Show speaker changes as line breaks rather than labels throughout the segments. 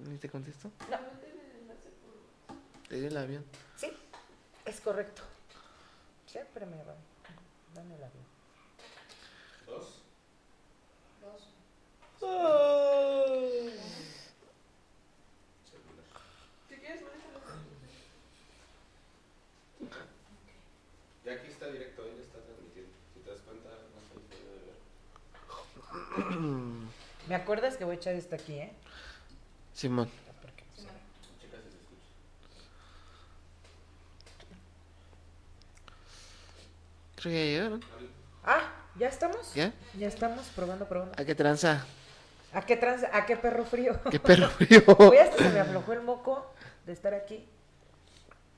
¿Y te contesto?
No.
Te dio el avión.
Sí, es correcto. Siempre me va. Dame el avión.
Dos.
Dos.
Ah.
Celular.
Si quieres, manejarlo.
Ya aquí está directo, él está transmitiendo. Si te das cuenta, no sé, puede ver.
¿Me acuerdas que voy a echar esto aquí, eh?
Simón.
Porque
Sí,
pues,
bueno.
Checa si se escucha.
Creo que ya llegaron.
Abre.
Ah, ¿ya estamos?
¿Ya?
Ya estamos probando, probando.
¿A qué tranza?
¿A qué trans, a qué perro frío?
¿Qué perro frío?
Hoy hasta se me aflojó el moco de estar aquí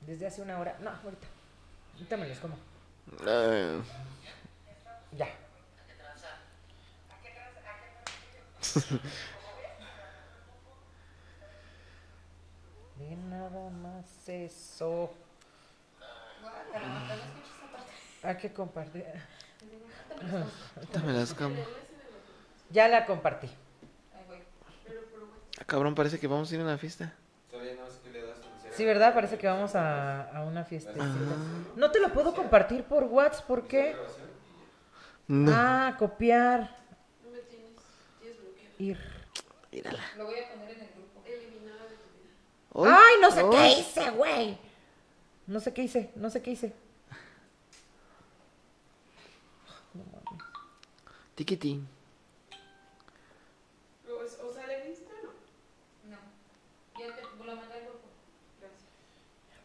desde hace una hora. No, ahorita. Ahorita me los como.
Ah,
Ya. De nada más eso.
Guarda, no escuchas esa parte.
Hay que compartir.
ahorita me las como.
Ya la compartí.
Ay, güey.
Ah, cabrón, parece que vamos a ir a una fiesta.
Todavía no es que le das un
Sí, ¿verdad? Parece que vamos a, a una fiestecita.
Ah.
No te lo puedo compartir por WhatsApp, ¿por qué?
No.
Ah, copiar,
No me tienes desbloqueado.
ir.
Mírala.
Lo voy a poner en el grupo. Eliminada de tu vida.
Hoy-
¡Ay, no sé
hoy-
qué hice, güey! No sé qué hice, no sé qué hice. No mames.
Tiquitín.
O, o sale en Insta, ¿no? No. Ya te lo mandé al grupo. Gracias.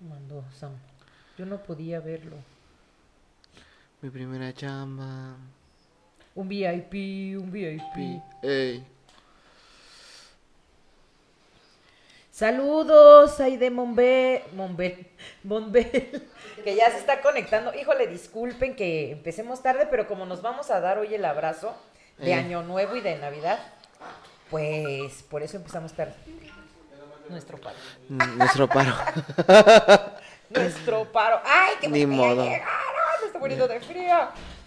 Mandó Sam. Yo no podía verlo.
Mi primera chamba.
Un VIP, un VIP.
Pi. Ey.
Saludos, Aide Monbel, Monbel, Monbel, que ya se está conectando. Híjole, disculpen que empecemos tarde, pero como nos vamos a dar hoy el abrazo de
Eh.
Año Nuevo y de Navidad, pues por eso empezamos tarde. Nuestro paro.
Mm, Nuestro paro.
Nuestro paro. ¡Ay, qué
Ni
bueno que ya
modo.
llegaron! ¡Me está poniendo de frío!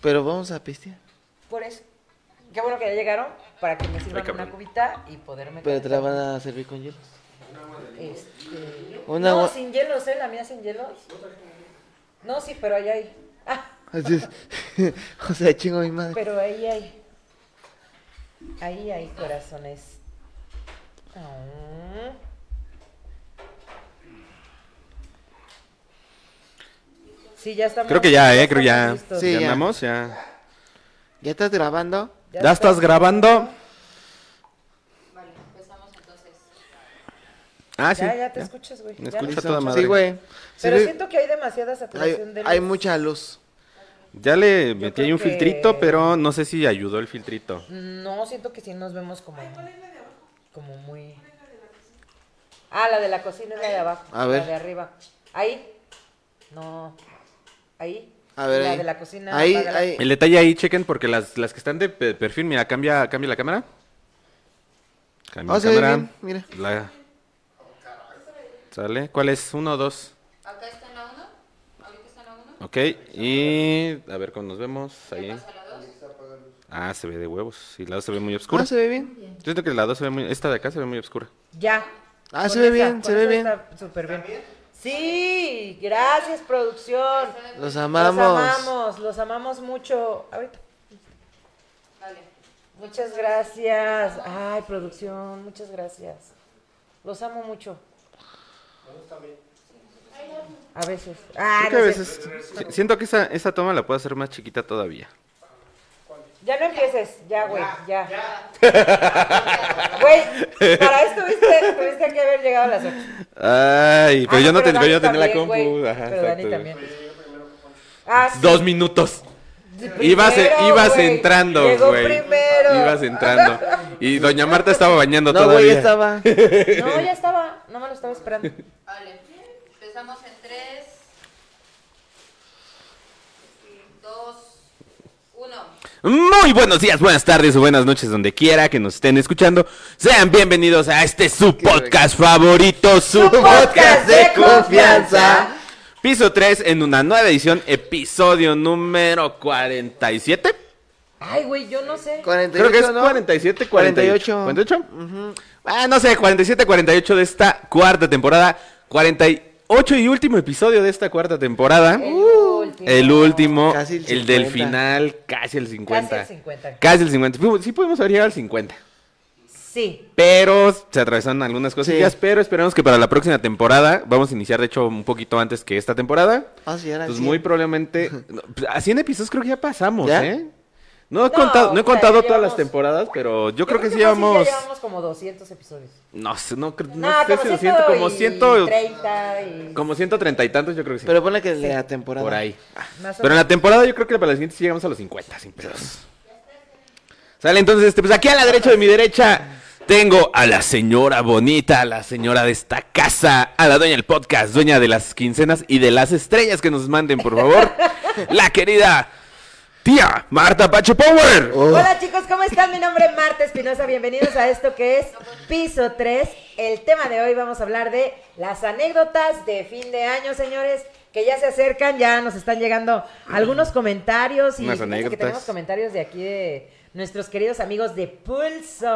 Pero vamos a pistear.
Por eso. Qué bueno que ya llegaron para que me sirvan
cabrón.
una cubita y poderme...
Pero te la van
calentar.
a servir con hielo.
Este...
Una
no,
agua-
sin hielos, ¿eh? La mía sin hielos. No, sí, pero ahí hay. Ah,
Así es. o sea, chingo mi madre.
pero ahí hay. Ahí hay corazones. Ah. Sí, ya estamos.
Creo que ya, eh, creo ya.
estamos listos.
Sí,
ya
ya.
andamos, ya.
¿Ya estás grabando?
¿Ya, estás
estamos.
grabando?
Vale, empezamos entonces.
Ah, sí.
Ya, ya te
ya.
escuchas, güey.
Me
Ya.
escucho. Está toda madre.
Sí, güey.
Pero
Sí,
siento que hay demasiada saturación
hay,
de
hay
luz.
mucha luz.
Ya le metí ahí
creo
un filtrito,
que-
pero no sé si ayudó el filtrito.
No, siento que sí nos vemos como. Como muy. Ah, la de la cocina es la de abajo.
A ver.
La de arriba. Ahí. No. Ahí.
A ver,
La
ahí.
de la cocina.
Ahí,
apágala.
ahí.
El detalle ahí, chequen, porque las, las que están de pe- perfil, mira, cambia, cambia la cámara. Cambia
Ah,
la
se ve
cámara.
bien, mira.
La- ¿Sale? ¿Cuál es? Uno, dos.
Acá está en la 1. Ahorita está en la 1.
Ok, y a ver cómo nos vemos ahí.
Pasa la 2.
Ah, se ve de huevos. Y la dos se ve muy oscura.
Ah, se ve bien.
Yo siento que la dos se ve muy... Esta de acá se ve muy oscura.
Ya.
Ah,
Con
se ve
esa,
bien,
con
se ve
esa
bien.
Está súper bien. Sí, gracias, producción.
Los
Los
amamos.
amamos, los amamos mucho. Ahorita.
Vale.
Muchas gracias. Ay, producción, muchas gracias. Los amo mucho. A veces. Ah,
Creo que a
no sé.
veces... si- Siento que esa, esa toma la puedo hacer más chiquita todavía.
Ya no empieces, ya, güey, ya. Güey, para esto tuviste, tuviste que haber llegado a las Ah, 8.
Ay, pero yo no tengo, yo
yo
no tenía la compu. Ajá,
pero Dani
exacto.
también. Ah, sí.
Dos minutos.
Primero,
Ibas, ibas
güey.
entrando,
Llegó
güey.
primero.
Ibas entrando. Y doña Marta estaba bañando
No, güey, ya estaba.
todavía.
No, ya estaba, no me lo estaba esperando.
Vale. Empezamos en 3. 2. 1.
Muy buenos días, buenas tardes o buenas noches, donde quiera que nos estén escuchando. Sean bienvenidos a este su podcast favorito, su,
podcast de confianza.
Piso 3 en una nueva edición, episodio número 47.
Ay, güey, yo no sé.
48,
Creo que es
¿no?
47, 48.
48.
48. Ah, no sé, 47, 48 de esta cuarta temporada. 48 y último episodio de esta cuarta temporada.
El
Uh,
último.
El último,
Casi el
el, del
50.
final, casi el 50.
Casi el 50.
Casi el 50. Fu- Sí pudimos haber llegado al 50.
Sí.
Pero se atravesaron algunas cosillas,
Sí.
pero esperemos que para la próxima temporada, vamos a iniciar de hecho un poquito antes que esta temporada,
Ah, sí, ahora
pues
sí.
muy probablemente. no, pues, A 100 episodios creo que ya pasamos,
¿Ya?
¿eh? No he
No,
contado, no he
o sea, ya
contado todas las
llevamos-
temporadas, pero yo, creo que, sí
fácil ya
llevamos.
llevamos como 200 episodios.
No sé, no, creo- no
No,
sé
como
si lo siento, como 100.
130 y
Como 130 y tantos, yo creo que sí.
Pero ponle que la temporada.
por ahí.
más o
Pero en
menos.
la temporada yo creo que para la siguiente sí llegamos a los 50, sin pedos. Sale entonces, este, pues aquí a la derecha de mi derecha tengo a la señora bonita, a la señora de esta casa, a la dueña del podcast, dueña de las quincenas y de las estrellas que nos manden, por favor. la querida tía Marta Pacho Power.
Oh.
Hola chicos, ¿cómo están? Mi nombre es Marta Espinosa, bienvenidos a esto que es Piso 3. El tema de hoy vamos a hablar de las anécdotas de fin de año, señores, que ya se acercan, ya nos están llegando algunos comentarios y
Unas
fíjense que
anécdotas.
tenemos comentarios de aquí de nuestros queridos amigos de Pulso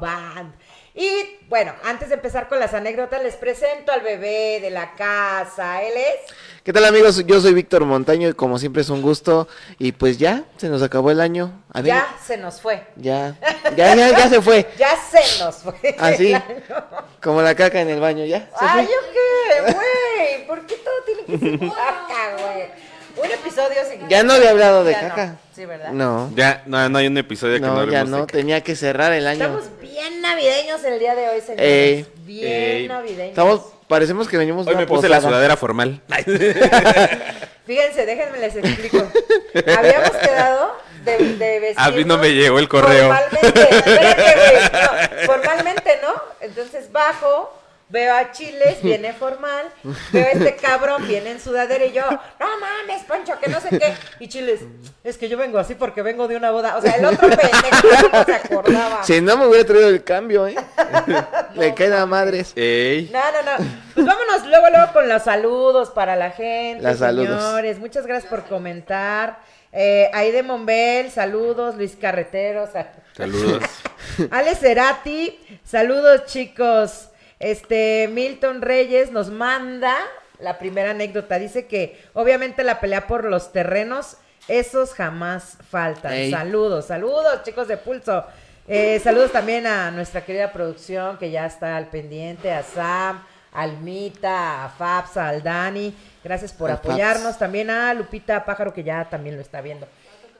Band. Y bueno, antes de empezar con las anécdotas, les presento al bebé de la casa. Él es...
¿Qué tal, amigos? Yo soy Víctor Montaño y como siempre es un gusto. Y pues ya, se nos acabó el año. A ver,
Ya se nos fue.
ya. Ya, ya, ya se fue. Ah,
Ya se nos fue.
Así.
el año.
Como la caca en el baño, ya. se
Ay,
fue.
yo qué, güey. ¿Por qué todo tiene que ser caca, güey? Un episodio sin.
Ya no había hablado de
Ya no.
caca.
Sí, ¿verdad?
No.
Ya, no, no hay un episodio que
No,
no,
ya
hablemos de
no. Tenía que cerrar el año.
Estamos bien navideños el día de hoy, señores.
Ey.
bien
Ey.
navideños.
Estamos, parecemos que venimos de
Hoy
una
me puse
posada.
la sudadera formal.
Fíjense, déjenme les explico. Habíamos quedado de, de vestirnos
A mí no me llegó el correo.
Formalmente, espérate, güey, no, formalmente, ¿no? Entonces bajo, veo a Chiles, viene formal, veo a este cabrón, viene en sudadera y yo, no mames, Pancho, que no sé qué. Y Chiles, es que yo vengo así porque vengo de una boda. O sea, el otro pendejo no se acordaba.
Si no me hubiera traído el cambio, ¿eh? Le caen a madres.
Ey.
No, no, no. Pues vámonos luego, luego con los saludos para la gente.
Las saludos.
Señores, muchas gracias por comentar. Eh, Aide Monbel, saludos. Luis Carretero, sal-
Saludos.
Ale Cerati, saludos chicos. Este, Milton Reyes nos manda la primera anécdota. Dice que obviamente la pelea por los terrenos, esos jamás faltan.
Ey.
Saludos, saludos chicos de Pulso. Eh, saludos también a nuestra querida producción que ya está al pendiente, a Sam, a Almita, a Fabsa, al Dani. Gracias por
Al Fabs.
apoyarnos. También a Lupita Pájaro que ya también lo está viendo.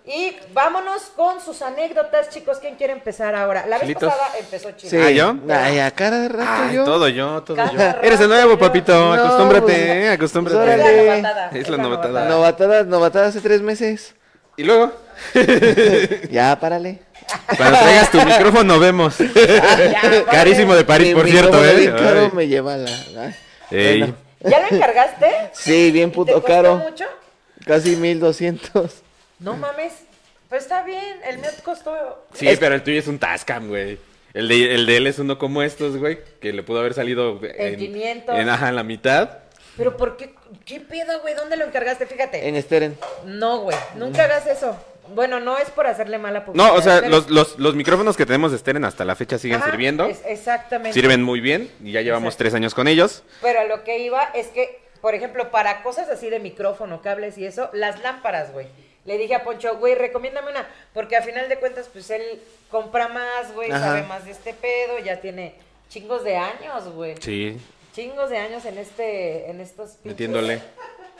Y vámonos con sus anécdotas, chicos. ¿Quién quiere empezar ahora? La vez
Chilitos.
pasada empezó Chile.
Sí.
¿Ah, yo?
Ay, a cara de rato
Ay,
yo.
Ah, todo yo, todo yo.
Cada
Eres
rato
el nuevo,
yo.
papito.
No,
acostúmbrate,
pues,
eh, acostúmbrate.
pues,
Es la
Órale.
novatada.
Es la novatada.
Novatada, novatada hace tres meses.
Y luego,
Ya, párale.
cuando traigas tu micrófono, vemos.
Ah, Ya,
Carísimo de París,
Mi-
por
mi
cierto,
cómodo
¿eh?
bien caro
Ay.
me lleva la. la-
Ey.
Bueno,
¿Ya lo encargaste?
sí, bien
¿Te
puto
costó
caro.
mucho?
Casi 1200.
No mames. Pues está bien. El mío te costó.
Sí, pero el tuyo es un Tascam, güey. El de, el de él es uno como estos, güey, que le pudo haber salido en,
500.
en, ajá, en la mitad.
Pero ¿por qué? ¿Qué pedo, güey? ¿Dónde lo encargaste? Fíjate.
En Steren.
No, güey. Nunca hagas eso. Bueno, no es por hacerle mala publicidad.
No, o sea,
pero-
los, los, los micrófonos que tenemos de Steren hasta la fecha siguen
Ajá,
sirviendo.
es- exactamente.
Sirven muy bien y ya llevamos
Exacto.
tres años con ellos.
Pero a lo que iba es que, por ejemplo, para cosas así de micrófono, cables y eso, las lámparas, güey. Le dije a Poncho, güey, recomiéndame una, porque a final de cuentas, pues él compra más, güey,
Ajá.
sabe más de este pedo, ya tiene chingos de años, güey.
Sí,
Chingos de años en este, en estos. pinches-
metiéndole.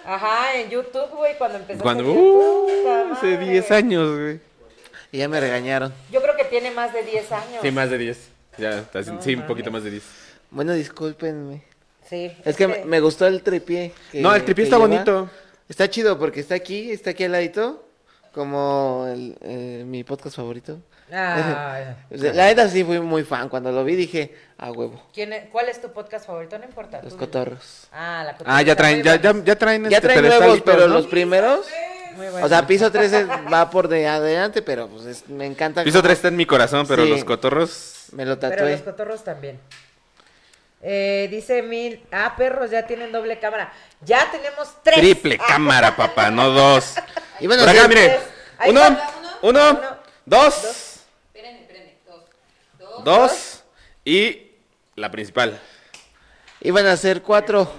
Ajá, en YouTube, güey, cuando empezó. a
Cuando,
hacer
uh,
YouTube, puta
hace
madre.
10 años, güey.
Y ya me regañaron.
Yo creo que tiene más de 10 años.
Sí, más de 10. Ya, así-
No
sí, un
mames.
poquito más de 10.
Bueno, discúlpenme.
Sí, este,
Es que me, me gustó el tripié. que-
No, el tripié
que
está
lleva.
bonito.
Está chido porque está aquí, está aquí al ladito. Como el, eh, mi podcast favorito.
Ay.
La neta sí fui muy fan. Cuando lo vi dije, a huevo,
¿Quién es- ¿Cuál es tu podcast favorito? No importa.
los
tú dilo.
cotorros.
Ah, la
Ah, ya
cotorrita,
traen,
muy
ya, ya,
buenos.
ya traen
Ya
este
traen
pedestal
nuevos,
y todo,
pero
¿no?
los primeros.
Muy
O
buenos.
sea, piso 3 es- va por de adelante, pero pues es- me encanta.
Piso
cómo
3 está en mi corazón, pero
Sí.
los cotorros.
Me lo
Pero los
tatué.
cotorros también. Eh, dice Mil, ah, perros, ya tienen doble cámara. Ya tenemos tres.
Triple
Ah,
cámara, papá, no dos.
Y bueno,
Por acá,
sí,
mire.
tres. Ahí
Uno,
está.
uno,
Uno.
Dos.
Espérenme, espérenme. Dos.
Dos.
Dos.
Y la principal.
Iban a ser cuatro.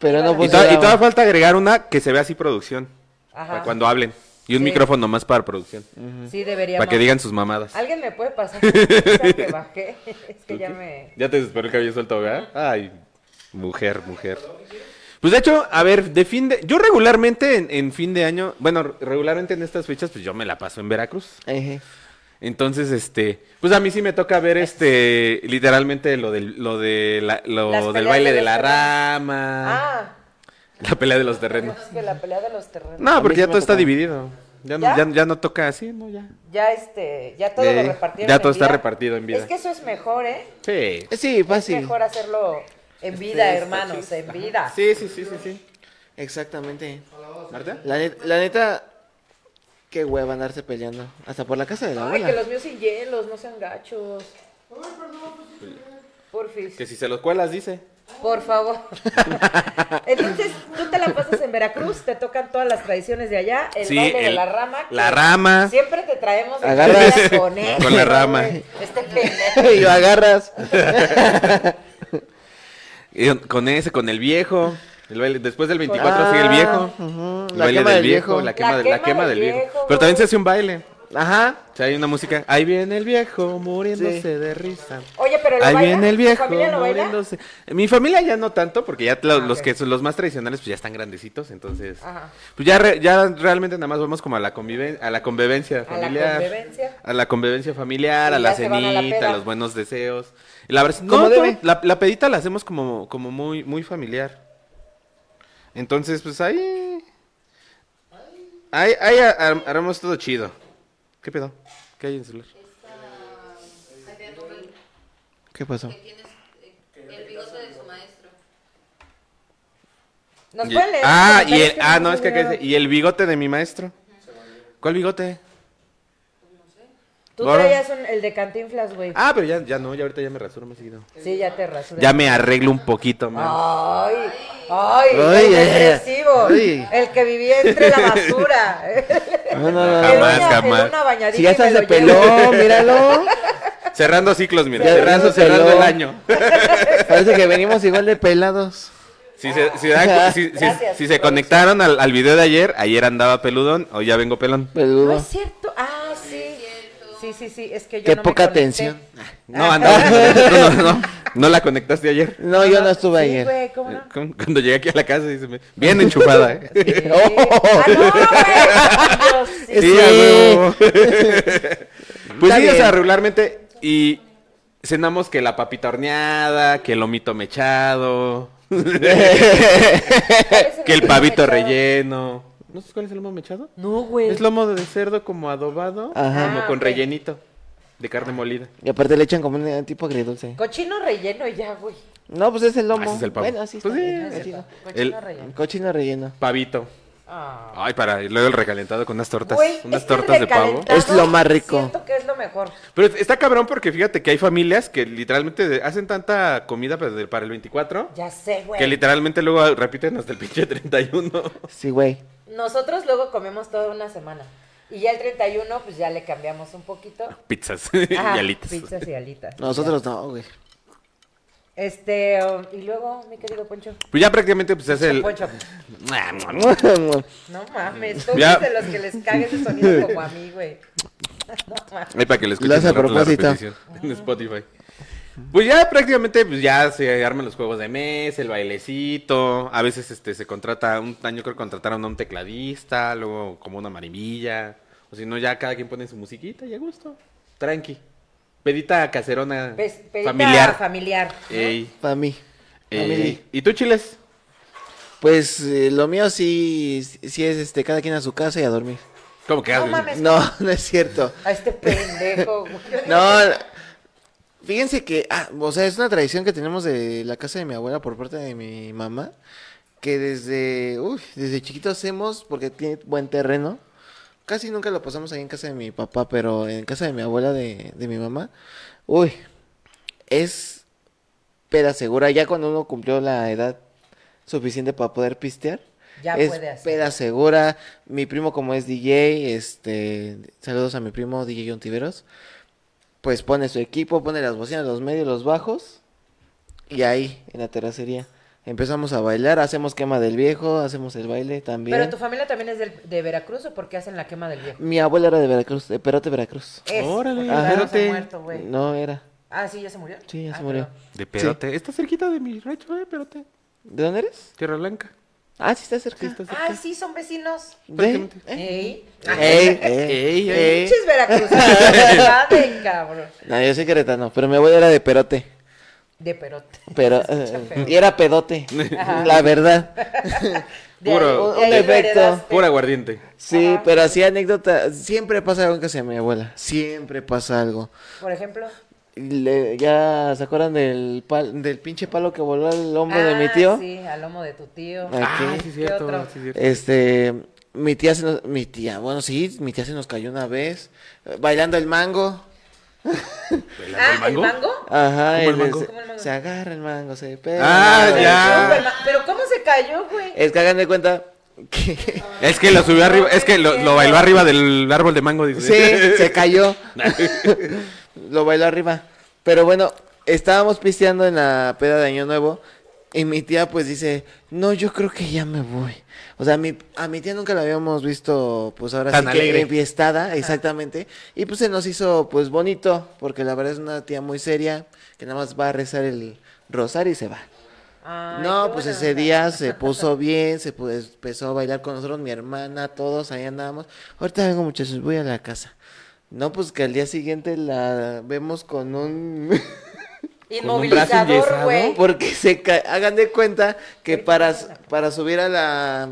Pero no
Y,
pues
to- y todavía falta agregar una que se vea así producción. Para
Ajá.
cuando hablen. Y un
Sí.
micrófono más para producción.
Sí, deberíamos.
Para que digan sus mamadas.
¿Alguien me puede pasar? esa que bajé. Es que ya me.
Ya te desesperó el cabello suelto, ¿verdad? Ay, mujer, mujer. Pues de hecho, a ver, de fin de... Yo regularmente en, en fin de año, bueno, regularmente en estas fechas, pues yo me la paso en Veracruz.
Ejé.
Entonces, este, pues a mí sí me toca ver este, literalmente lo del, lo de la- lo
Las
del
peleas
baile
de
de
los
la
terrenos.
rama,
Ah,
la pelea de los terrenos.
es que la pelea de los terrenos.
No, porque
sí
ya
me
todo está
tocó.
dividido. Ya no,
¿Ya?
ya, ya no toca así, ¿no? Ya.
Ya este, ya todo
Eh,
lo repartieron.
ya
en
todo está
vida.
repartido en vida.
Es que eso es mejor, ¿eh?
Sí. Este,
Sí,
Es
fácil.
mejor hacerlo en vida,
está
hermanos, en vida.
Sí, sí, sí, sí, sí.
Exactamente.
¿Marta?
La, net- la neta, qué hueva andarse peleando. Hasta por la casa de la
Ay,
abuela.
que los míos sin hielos, no sean gachos. Porfis.
Que si se los cuelas, dice.
Por favor. Entonces, tú te la pasas en Veracruz, te tocan todas las tradiciones de allá, el
Sí,
baile de
el-
la rama. que
la rama.
Siempre te traemos de
Agarras-
gira con él.
con la rama.
Este pendejo.
y lo agarras.
Y Con ese, con el viejo. El baile, después del 24
Ah,
sigue el viejo.
ujú,
El
la
baile
quema del
del viejo,
viejo.
La quema, de- la quema del viejo. Pero
güey.
también se hace un baile.
Ajá.
O sea, hay una música. Ahí viene el viejo muriéndose
Sí.
de risa.
Oye, pero lo
Ahí
baila?
viene el
¿Tu
viejo
familia lo baila?
muriéndose. Mi familia ya no tanto, porque ya lo-
Ah,
los
ok.
que son los más tradicionales pues ya están grandecitos, entonces.
Ajá.
Pues ya, re- ya realmente nada más vamos como a la convivencia, a la convivencia
A la
familiar.
convivencia.
a la convivencia familiar,
Y
a la
ya se van a la
cenita, a
peda.
los buenos deseos. Y la verdad,
Como
no,
debe.
no, la, la pedita la hacemos como, como muy, muy familiar. Entonces, pues ahí. Ahí, ahí ha- har- haremos todo chido. ¿Qué pedo? ¿Qué hay en el celular?
Esta. Había Rubén,
¿Qué pasó?
que tienes eh, el bigote de su maestro.
¿Nos
Y-
pueden leer?
ah,
los
y el,
comentarios nos
ah, no, es que acá
llegaron?
dice, y el bigote de mi maestro. ¿Cuál bigote?
Tú
Gordo.
traías un- el de Cantinflas, güey.
Ah, pero ya, ya no, ya ahorita ya me rasuro más seguido.
Sí, ya te rasuras.
Ya me arreglo un poquito
Ah.
más.
Ay, ay,
Ay,
el
ay,
depresivo,
ay.
el que vivía entre la basura.
No, no, no, no.
el
Jamás,
una,
jamás.
El una bañadita
Si ya
y me
hasta se
lo llevo.
peló, míralo.
Cerrando ciclos, mira,
Ya
cerrando,
arreglo
cerrando
pelón.
el año.
Parece que venimos igual de pelados.
Si se, si dan cu- si- si-
Gracias,
si se
producción.
conectaron al, al video de ayer, ayer andaba peludón, hoy ya vengo pelón.
No es
Peludo.
cierto. Ah, sí. Sí, sí, sí, es que yo
Qué
no me
poca
conecté.
atención.
No, andaba no, no, no, no la conectaste ayer.
No, yo no estuve
sí,
ayer.
güey, ¿cómo no?
Cu- Cuando llegué aquí a la casa, dice, bien enchufada, ¿eh?
Sí.
Oh.
Ah, no, güey. Yo sí.
Sí.
a huevo. pues
Está
sí, o sea,
bien.
regularmente. Y cenamos que la papita horneada, que el lomito mechado,
¿Cuál es
que el
lomo
pavito
mechado?
relleno. ¿No sabes cuál es el lomo mechado?
No, güey.
Es lomo de cerdo como adobado,
Ajá.
como
Ah,
con
ok.
rellenito de carne molida.
Y aparte le echan como un tipo agridulce.
Cochino relleno y ya, güey.
No, pues es el
Ah,
lomo.
ese es el pavo.
Bueno, así
Pues sí,
está.
es
bien, así
Cochino
El-
no.
relleno.
Cochino relleno.
Pavito.
Ah.
Ay, para, y luego el recalentado con unas tortas,
Güey,
unas
es que el
tortas de pavo.
recalentado
Es lo más rico.
Siento que es lo mejor.
Pero está cabrón porque fíjate que hay familias que literalmente de- hacen tanta comida para el- para el 24
Ya sé, güey.
que literalmente luego repiten hasta el pinche 31.
Sí, güey.
Nosotros luego comemos toda una semana. Y ya el 31, pues ya le cambiamos un poquito.
Pizzas
Ajá,
y alitas.
Pizzas y alitas.
Nosotros no, güey.
Este, um, y luego, mi querido Poncho.
Pues ya prácticamente pues es el... Ah,
Poncho, no mames, tú
Ya.
eres de los que les caga ese sonido como a mí, güey. No mames.
Ahí para que lo escuchen
Lo hace a
al rato la
propósito.
repetición en Spotify. Pues ya prácticamente pues ya se arman los juegos de mes, el bailecito, a veces este se contrata, un año creo que contrataron a un tecladista, luego como una marimbilla, o si no ya cada quien pone su musiquita y a gusto, tranqui. Pedita caserona
Pes- pedita
familiar.
familiar. ¿no?
Ey,
Para mí.
ey.
Family.
¿Y tú chiles?
Pues eh, lo mío sí, sí es este, cada quien a su casa y a dormir.
¿Cómo que
No
haces?
mames.
No, no es cierto.
A este pendejo, güey.
No, fíjense que, ah, o sea, es una tradición que tenemos de la casa de mi abuela por parte de mi mamá, que desde, uy, desde chiquito hacemos, porque tiene buen terreno, casi nunca lo pasamos ahí en casa de mi papá, pero en casa de mi abuela de, de mi mamá, uy, es peda segura, ya cuando uno cumplió la edad suficiente para poder pistear,
Ya
es
puede hacer.
peda segura. Mi primo, como es DJ, este, saludos a mi primo DJ Ontiveros. Pues pone su equipo, pone las bocinas, los medios, los bajos. Y ahí, en la terracería, empezamos a bailar, hacemos quema del viejo, hacemos el baile también.
Pero tu familia también es del- de Veracruz o porque hacen la quema del viejo.
Mi abuela era de Veracruz, de Perote, Veracruz.
Es,
Órale.
porque
Ajá.
ya no se
Espérate.
ha muerto, güey.
No era.
Ah, sí, ya se murió.
Sí, ya
Ah,
se murió.
perdón.
De Perote. Está cerquita de mi rancho, eh, Perote.
¿De dónde eres?
Tierra Blanca.
Ah, sí, está cerca.
Sí, está cerca.
Ay, sí, son vecinos.
Ve,
prácticamente.
eh.
Ey. Ah,
Ey,
eh.
ey,
Ey,
ey.
Pinches Veracruz. de cabrón.
No, yo soy queretano, pero mi abuela era de Perote.
De perote.
Pero,
Se escucha
eh,
feo.
y era pedote,
Ajá.
la verdad.
De ahí-
Puro-
de
un
ahí lo
defecto.
heredaste.
Pura aguardiente.
Sí,
Ajá.
pero así anécdota, siempre pasa algo en casa de mi abuela, siempre pasa algo.
Por ejemplo.
Y le- ya se acuerdan del pal- del pinche palo que voló al hombro de mi
Ah,
tío.
Sí, al lomo de tu tío.
Ah,
Ah,
¿qué?
sí,
¿Qué
cierto.
otro?
Sí, cierto.
Este, mi tía se nos, mi tía, bueno, sí, mi tía se nos cayó una vez eh, bailando el mango.
Ah, ¿el mango?
Ajá,
¿Cómo el mango?
se,
¿Cómo el mango?
se agarra el mango, se pega.
Ah,
el mango.
ya.
Pero, pero ¿cómo se cayó, güey?
Es que hagan de cuenta que
Es que lo subió arriba, es que lo, lo bailó arriba del árbol de mango, dice.
Sí, se cayó. Lo bailó arriba. Pero bueno, estábamos pisteando en la peda de Año Nuevo. Y mi tía pues dice, no, yo creo que ya me voy. O sea, mi, a mi tía nunca la habíamos visto, pues ahora
Tan
sí
alegre.
que enfiestada, exactamente. Y pues se nos hizo, pues bonito, porque la verdad es una tía muy seria, que nada más va a rezar el rosario y se va.
Ay,
No,
qué
pues
buena
ese
onda.
día se puso bien, se pu- empezó a bailar con nosotros, mi hermana, todos, ahí andábamos. Ahorita vengo muchachos, voy a la casa. No, pues que al día siguiente la vemos con un... Pues,
brazo
Inmovilizador,
enyesado.
güey.
Porque se ca- hagan de cuenta que
Ahorita
para,
vamos a la
para subir a la...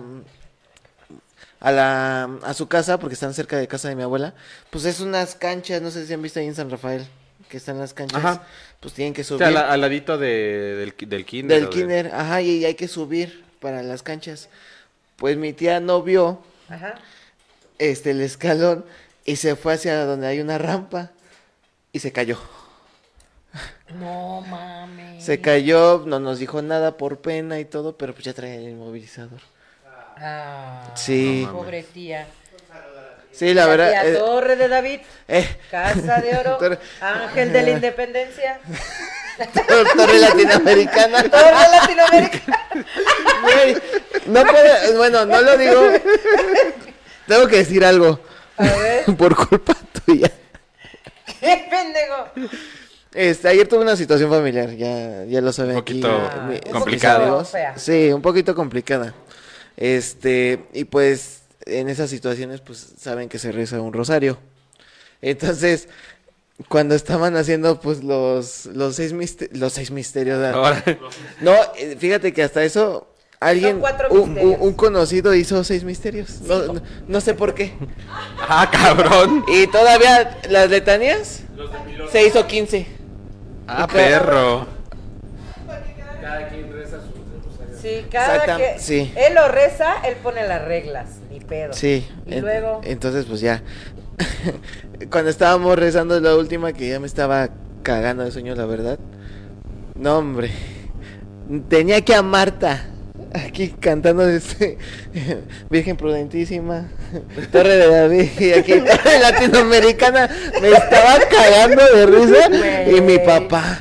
A, la, a su casa, porque están cerca de casa de mi abuela, pues es unas canchas, no sé si han visto ahí en San Rafael, que están las canchas,
Ajá.
pues tienen que
O
subir.
sea, al, al ladito de- del, ki- del kinder.
Del
o de-
kinder, ajá, y, y hay que subir para las canchas. Pues mi tía no vio
Ajá.
este el escalón y se fue hacia donde hay una rampa y se cayó.
No mames.
Se cayó, no nos dijo nada por pena y todo, pero pues ya traía el inmovilizador.
Ah,
Sí.
No mames.
pobre tía.
Sí, la
tía
verdad. eh,
Torre de David,
eh,
Casa de Oro,
Torre-
Ángel de la Independencia,
torre latinoamericana.
Torre Latinoamérica.
Güey, No puede, bueno, no lo digo. Tengo que decir algo.
A ver,
Por culpa tuya.
qué pendejo.
Este, ayer tuve una situación familiar, ya, ya lo saben.
Un
aquí,
poquito
eh, mi- mis
complicada.
amigos.
Ah, Fea.
Sí, un poquito complicada. Este, y pues en esas situaciones, pues saben que se reza un rosario. Entonces, cuando estaban haciendo, pues los, los, seis, miste- los seis misterios. ¿verdad?
Ahora,
No, eh, fíjate que hasta eso. Alguien,
cuatro
un, un-
misterios.
un conocido hizo seis misterios. No, no- no sé por qué.
ah, cabrón.
Y todavía las letanías se hizo 15.
Ah, perro.
Sí, cada
Exactam-
que
sí.
él lo reza, él pone las reglas, ni pedo.
Sí.
Y
en-
luego,
Entonces, pues ya. Cuando estábamos rezando la última, que ya me estaba cagando de sueño, la verdad. No, hombre. Tenía que a Marta. Aquí cantando este Virgen Prudentísima, Torre de David, y aquí latinoamericana me estaba cagando de risa. Y mi
Güey.
papá,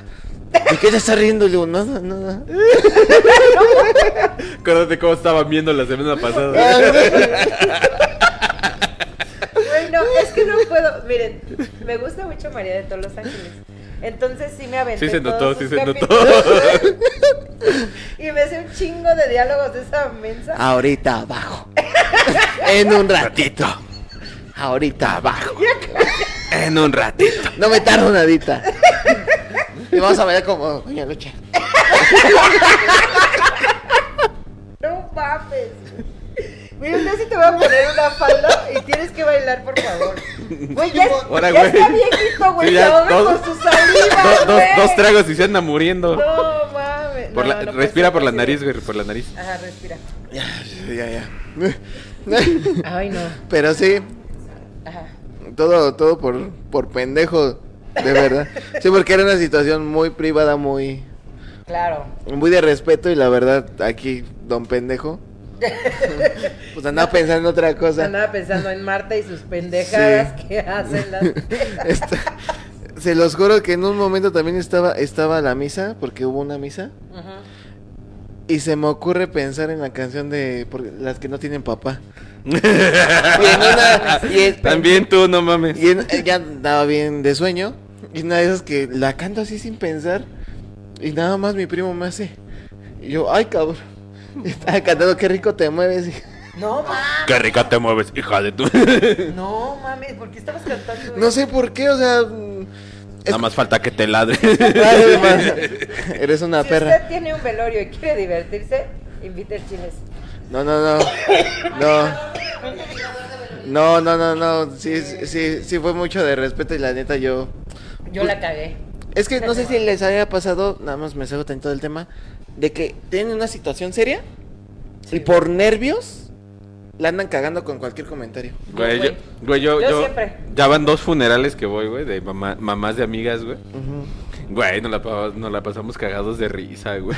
¿de qué te estás riendo? Le digo, no, no, no, no.
Acuérdate cómo estaba viendo la semana pasada.
Güey, no, es que no puedo. Miren, me gusta mucho María de todos los ángeles. Entonces sí me aventé.
Sí se notó,
todos
sí
sus
se notó.
capítulos. Y me sé un chingo de diálogos de esa mensa.
Ahorita abajo. En un ratito. Ahorita abajo.
en un ratito.
No me tardo nadita. Y vamos a bailar como Doña Lucha.
No mames. Güey, un día sí te voy a poner una falda y tienes que bailar, por favor. Güey, ya, es-
Ahora,
ya
güey.
está viejito, güey.
Sí,
se
ya,
ahoga
dos-
con su saliva,
Do- dos,
güey.
dos tragos y se anda muriendo.
No mames.
Por
No,
la-
no puede
respira
ser
por la
posible.
nariz, güey, por la nariz.
Ajá, respira.
Ya, ya, ya.
Ay, no.
Pero sí,
Ajá.
todo, todo por, por pendejo, de verdad. Sí, porque era una situación muy privada, muy,
Claro.
muy de respeto y la verdad, aquí, don pendejo. Pues andaba pensando otra cosa.
Andaba pensando en Marta y sus pendejadas que hacen las...
Esta- se los juro que en un momento también estaba, estaba la misa, porque hubo una misa.
Ujú.
Y se me ocurre pensar en la canción de por- las que no tienen papá. Y en una- y en-
También tú, no mames.
Y en- eh, ya andaba bien de sueño. Y una de esas que la canto así sin pensar. Y nada más mi primo me hace. Y yo, ay cabrón. Y estaba cantando, qué rico te mueves. Y-
No mames,
Qué rica te mueves, hija de tu.
no mames, ¿por qué estabas cantando?
No
eso?
sé por qué, o sea. mm,
Nada más falta que te ladre.
ay, ma- Eres una
si
perra.
usted tiene un velorio y quiere divertirse, invite el chiles.
No, no, no. No. No, no, no, no. Sí, sí, sí fue mucho de respeto y la neta yo.
Yo la cagué.
Es que no sé si les había pasado, nada más me salgo tanto del tema, de que tienen una situación seria y por nervios la andan cagando con cualquier comentario.
Güey, yo,
Güey.
güey, yo,
Yo
yo-
siempre.
Ya van dos funerales que voy, güey, de mamá- mamás de amigas, güey. Güey, nos la, pa- nos la pasamos cagados de risa, güey.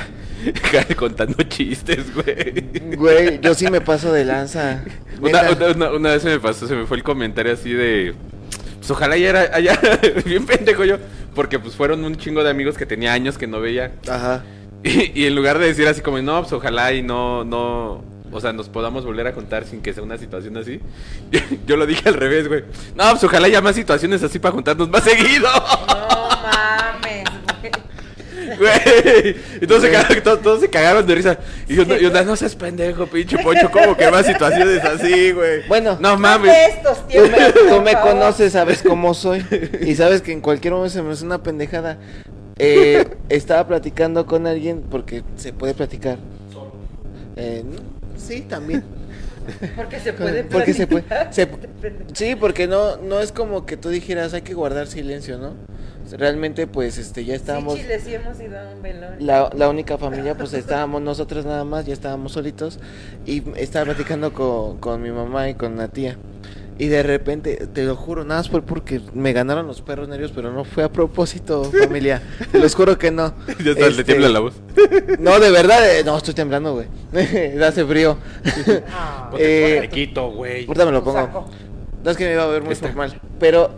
Contando chistes, güey.
Güey, yo sí me paso de lanza.
Una,
Neta.
una- una- una vez se me pasó, se me fue el comentario así de. Pues ojalá ya era allá, bien pendejo yo. Porque pues fueron un chingo de amigos que tenía años que no veía.
Ajá.
Y, y en lugar de decir así como, no, pues ojalá y no, no, o sea, nos podamos volver a contar sin que sea una situación así. Yo, yo lo dije al revés, güey. No, pues ojalá haya más situaciones así para juntarnos más seguido.
No mames, güey.
Güey. Y todos, se
Güey.
cagaron, todos, todos se cagaron de risa. Y yo, no, yo, no seas pendejo, pinche pocho, como que más situaciones así, güey.
Bueno,
no
Más
mames.
de estos
Tú
tiempos.
me, tú
por
me
favor.
conoces, sabes cómo soy. Y sabes que en cualquier momento se me hace una pendejada. Eh, estaba platicando con alguien porque se puede platicar. Eh, no, sí, también.
Porque se puede.
Porque se puede-
platicar.
se pu- Sí, porque no, no es como que tú dijeras hay que guardar silencio, ¿no? Realmente, pues, este, ya estábamos.
Sí, Chile, sí hemos ido a un velorio.
La, la única familia, pues estábamos nosotros nada más, ya estábamos solitos. Y estaba platicando con, con mi mamá y con la tía. Y de repente, te lo juro, nada más fue porque me ganaron los perros nervios, pero no fue a propósito, familia. Te los juro que no.
Ya está,
Este,
le tiembla la voz.
No, de verdad, eh, no, estoy temblando, güey. Hace frío.
Ah,
Eh,
quito, güey.
Ahorita me lo
tu
pongo.
saco.
No es que me iba a ver muy
Está.
formal, pero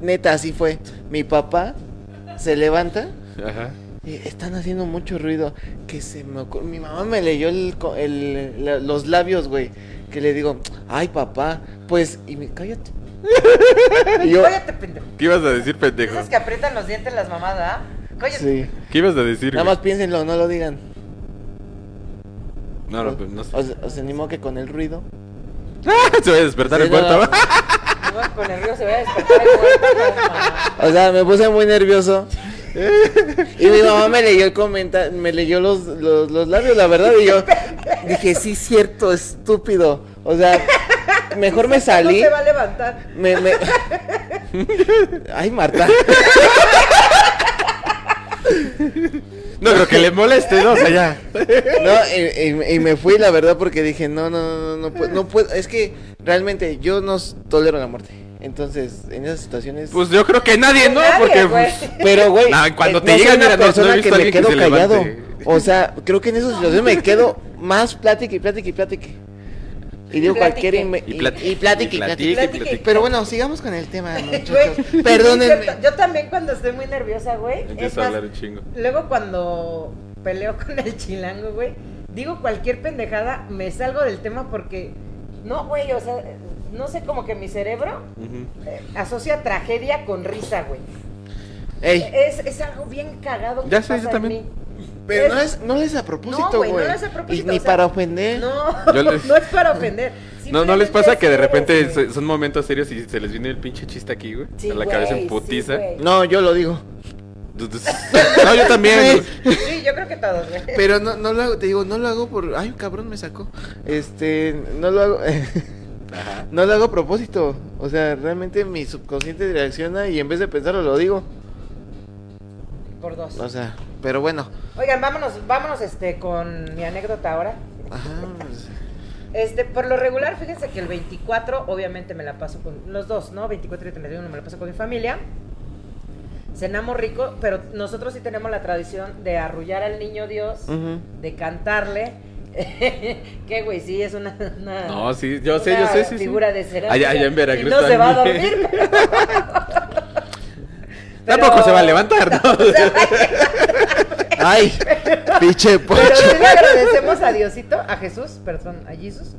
neta, así fue. Mi papá se levanta
Ajá.
y Eh, están haciendo mucho ruido. Que se me ocur- Mi mamá me leyó el co- el- la- los labios, güey. Que le digo, ay, papá, pues, y me cállate. Y yo,
Cállate, pendejo.
¿Qué ibas a decir, pendejo?
Esas que aprietan los dientes las mamadas, ¿ah? Cállate.
sí.
¿Qué ibas a decir?
Nada
güey?
más piénsenlo, no lo digan.
No, no, pues, no sé.
Os, os animo que con el ruido.
Se va a despertar
Sí,
el puerto.
no.
¿va?
Igual con el río se va a despertar el cuerpo. no mames.
O sea, me puse muy nervioso. Y mi mamá me leyó el comentario, me leyó los, los, los labios, la verdad, y yo dije, sí, cierto, estúpido. O sea, mejor me salí.
No se va a levantar.
Me, me... Ay, Marta.
No creo que le moleste, no, o sea, ya.
No, y, y- y me fui, la verdad, porque dije, no, no, no, no, no puedo, no puedo. Es que realmente yo no s- tolero la muerte. Entonces, en esas situaciones...
Pues yo creo que nadie, ¿no?
Nadie,
Porque.
güey.
pues,
Pero, güey,
No, cuando
eh,
te
soy
llegan,
una
mira, no- no he
persona
visto
que
a
me
alguien que
quedo
se
callado.
levante.
O sea, creo que en esos situaciones me quedo más plática y plática y plática. Y digo
Y
cualquier inme-
platique.
Y
y,
platique,
y plática y
y
plática.
platique,
y platique.
Pero bueno, sigamos con el tema, muchachos.
Güey,
Perdónenme.
Yo, yo también cuando estoy muy nerviosa, güey. es
Empieza a
más,
hablar un chingo.
Luego cuando peleo con el chilango, güey, digo cualquier pendejada, me salgo del tema porque no, güey, o sea, no sé como que mi cerebro eh, asocia tragedia con risa, güey.
Ey,
Es, es algo bien cagado. que
Ya sé,
pasa
yo
en
también.
mí.
pero no es, no les a propósito,
No, güey,
güey.
no les a propósito,
Y ni
o sea,
para ofender.
No,
Yo les-
no es para ofender.
No, no les pasa
simplemente
que de
es
repente
eres,
se-
güey.
son momentos serios y se les viene el pinche chiste aquí, güey.
Sí,
a la cabeza
güey,
en
sí,
putiza.
güey.
No, yo lo digo.
no, yo también.
Sí, yo creo que todos, güey.
Pero no, no lo hago, te digo, no lo hago por. Ay, cabrón, me sacó. Este, no lo hago. no lo hago a propósito. O sea, realmente mi subconsciente reacciona y en vez de pensarlo lo digo.
Por dos.
O sea, pero bueno.
Oigan, vámonos, vámonos este con mi anécdota ahora.
Ajá. pues,
Este, por lo regular, fíjense que el 24, obviamente me la paso con los dos, ¿no? 24 y 31 me la paso con mi familia. Cenamos rico, pero nosotros sí tenemos la tradición de arrullar al niño Dios,
ujú.
de cantarle ¿Qué, güey? Sí, es una. una-
No, sí, yo sé, yo
una
sé, sí, sí.
Figura de cerámica.
Allá- allá en Veracruz
Y no se va a
también.
dormir. pero-
Tampoco se va a levantar, ¿no?
O sea, vaya.
Ay, pinche
Pero
pocho.
sí le agradecemos a Diosito, a Jesús, perdón, a Jesús.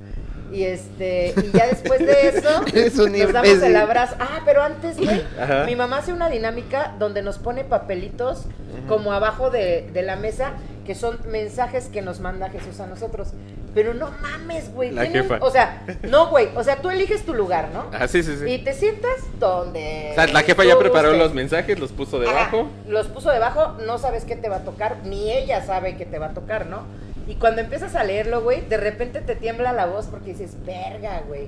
Y este, y ya después de eso,
Eres un
nos damos
imbécil.
el abrazo. Ah, pero antes, güey,
Ajá.
mi mamá hace una dinámica donde nos pone papelitos como abajo de, de la mesa, que son mensajes que nos manda Jesús a nosotros. Pero no mames, güey.
La
tienen-
jefa.
O sea, no, güey. O sea, tú eliges tu lugar, ¿no?
Ah, sí, sí, sí.
Y te sientas donde.
O sea, la jefa ya
tú
preparó
gustes.
los mensajes, los puso
Ajá,
debajo.
los puso debajo, no sabes qué te va a tocar, ni ella sabe qué te va a tocar, ¿no? Y cuando empiezas a leerlo, güey, de repente te tiembla la voz porque dices, verga, güey,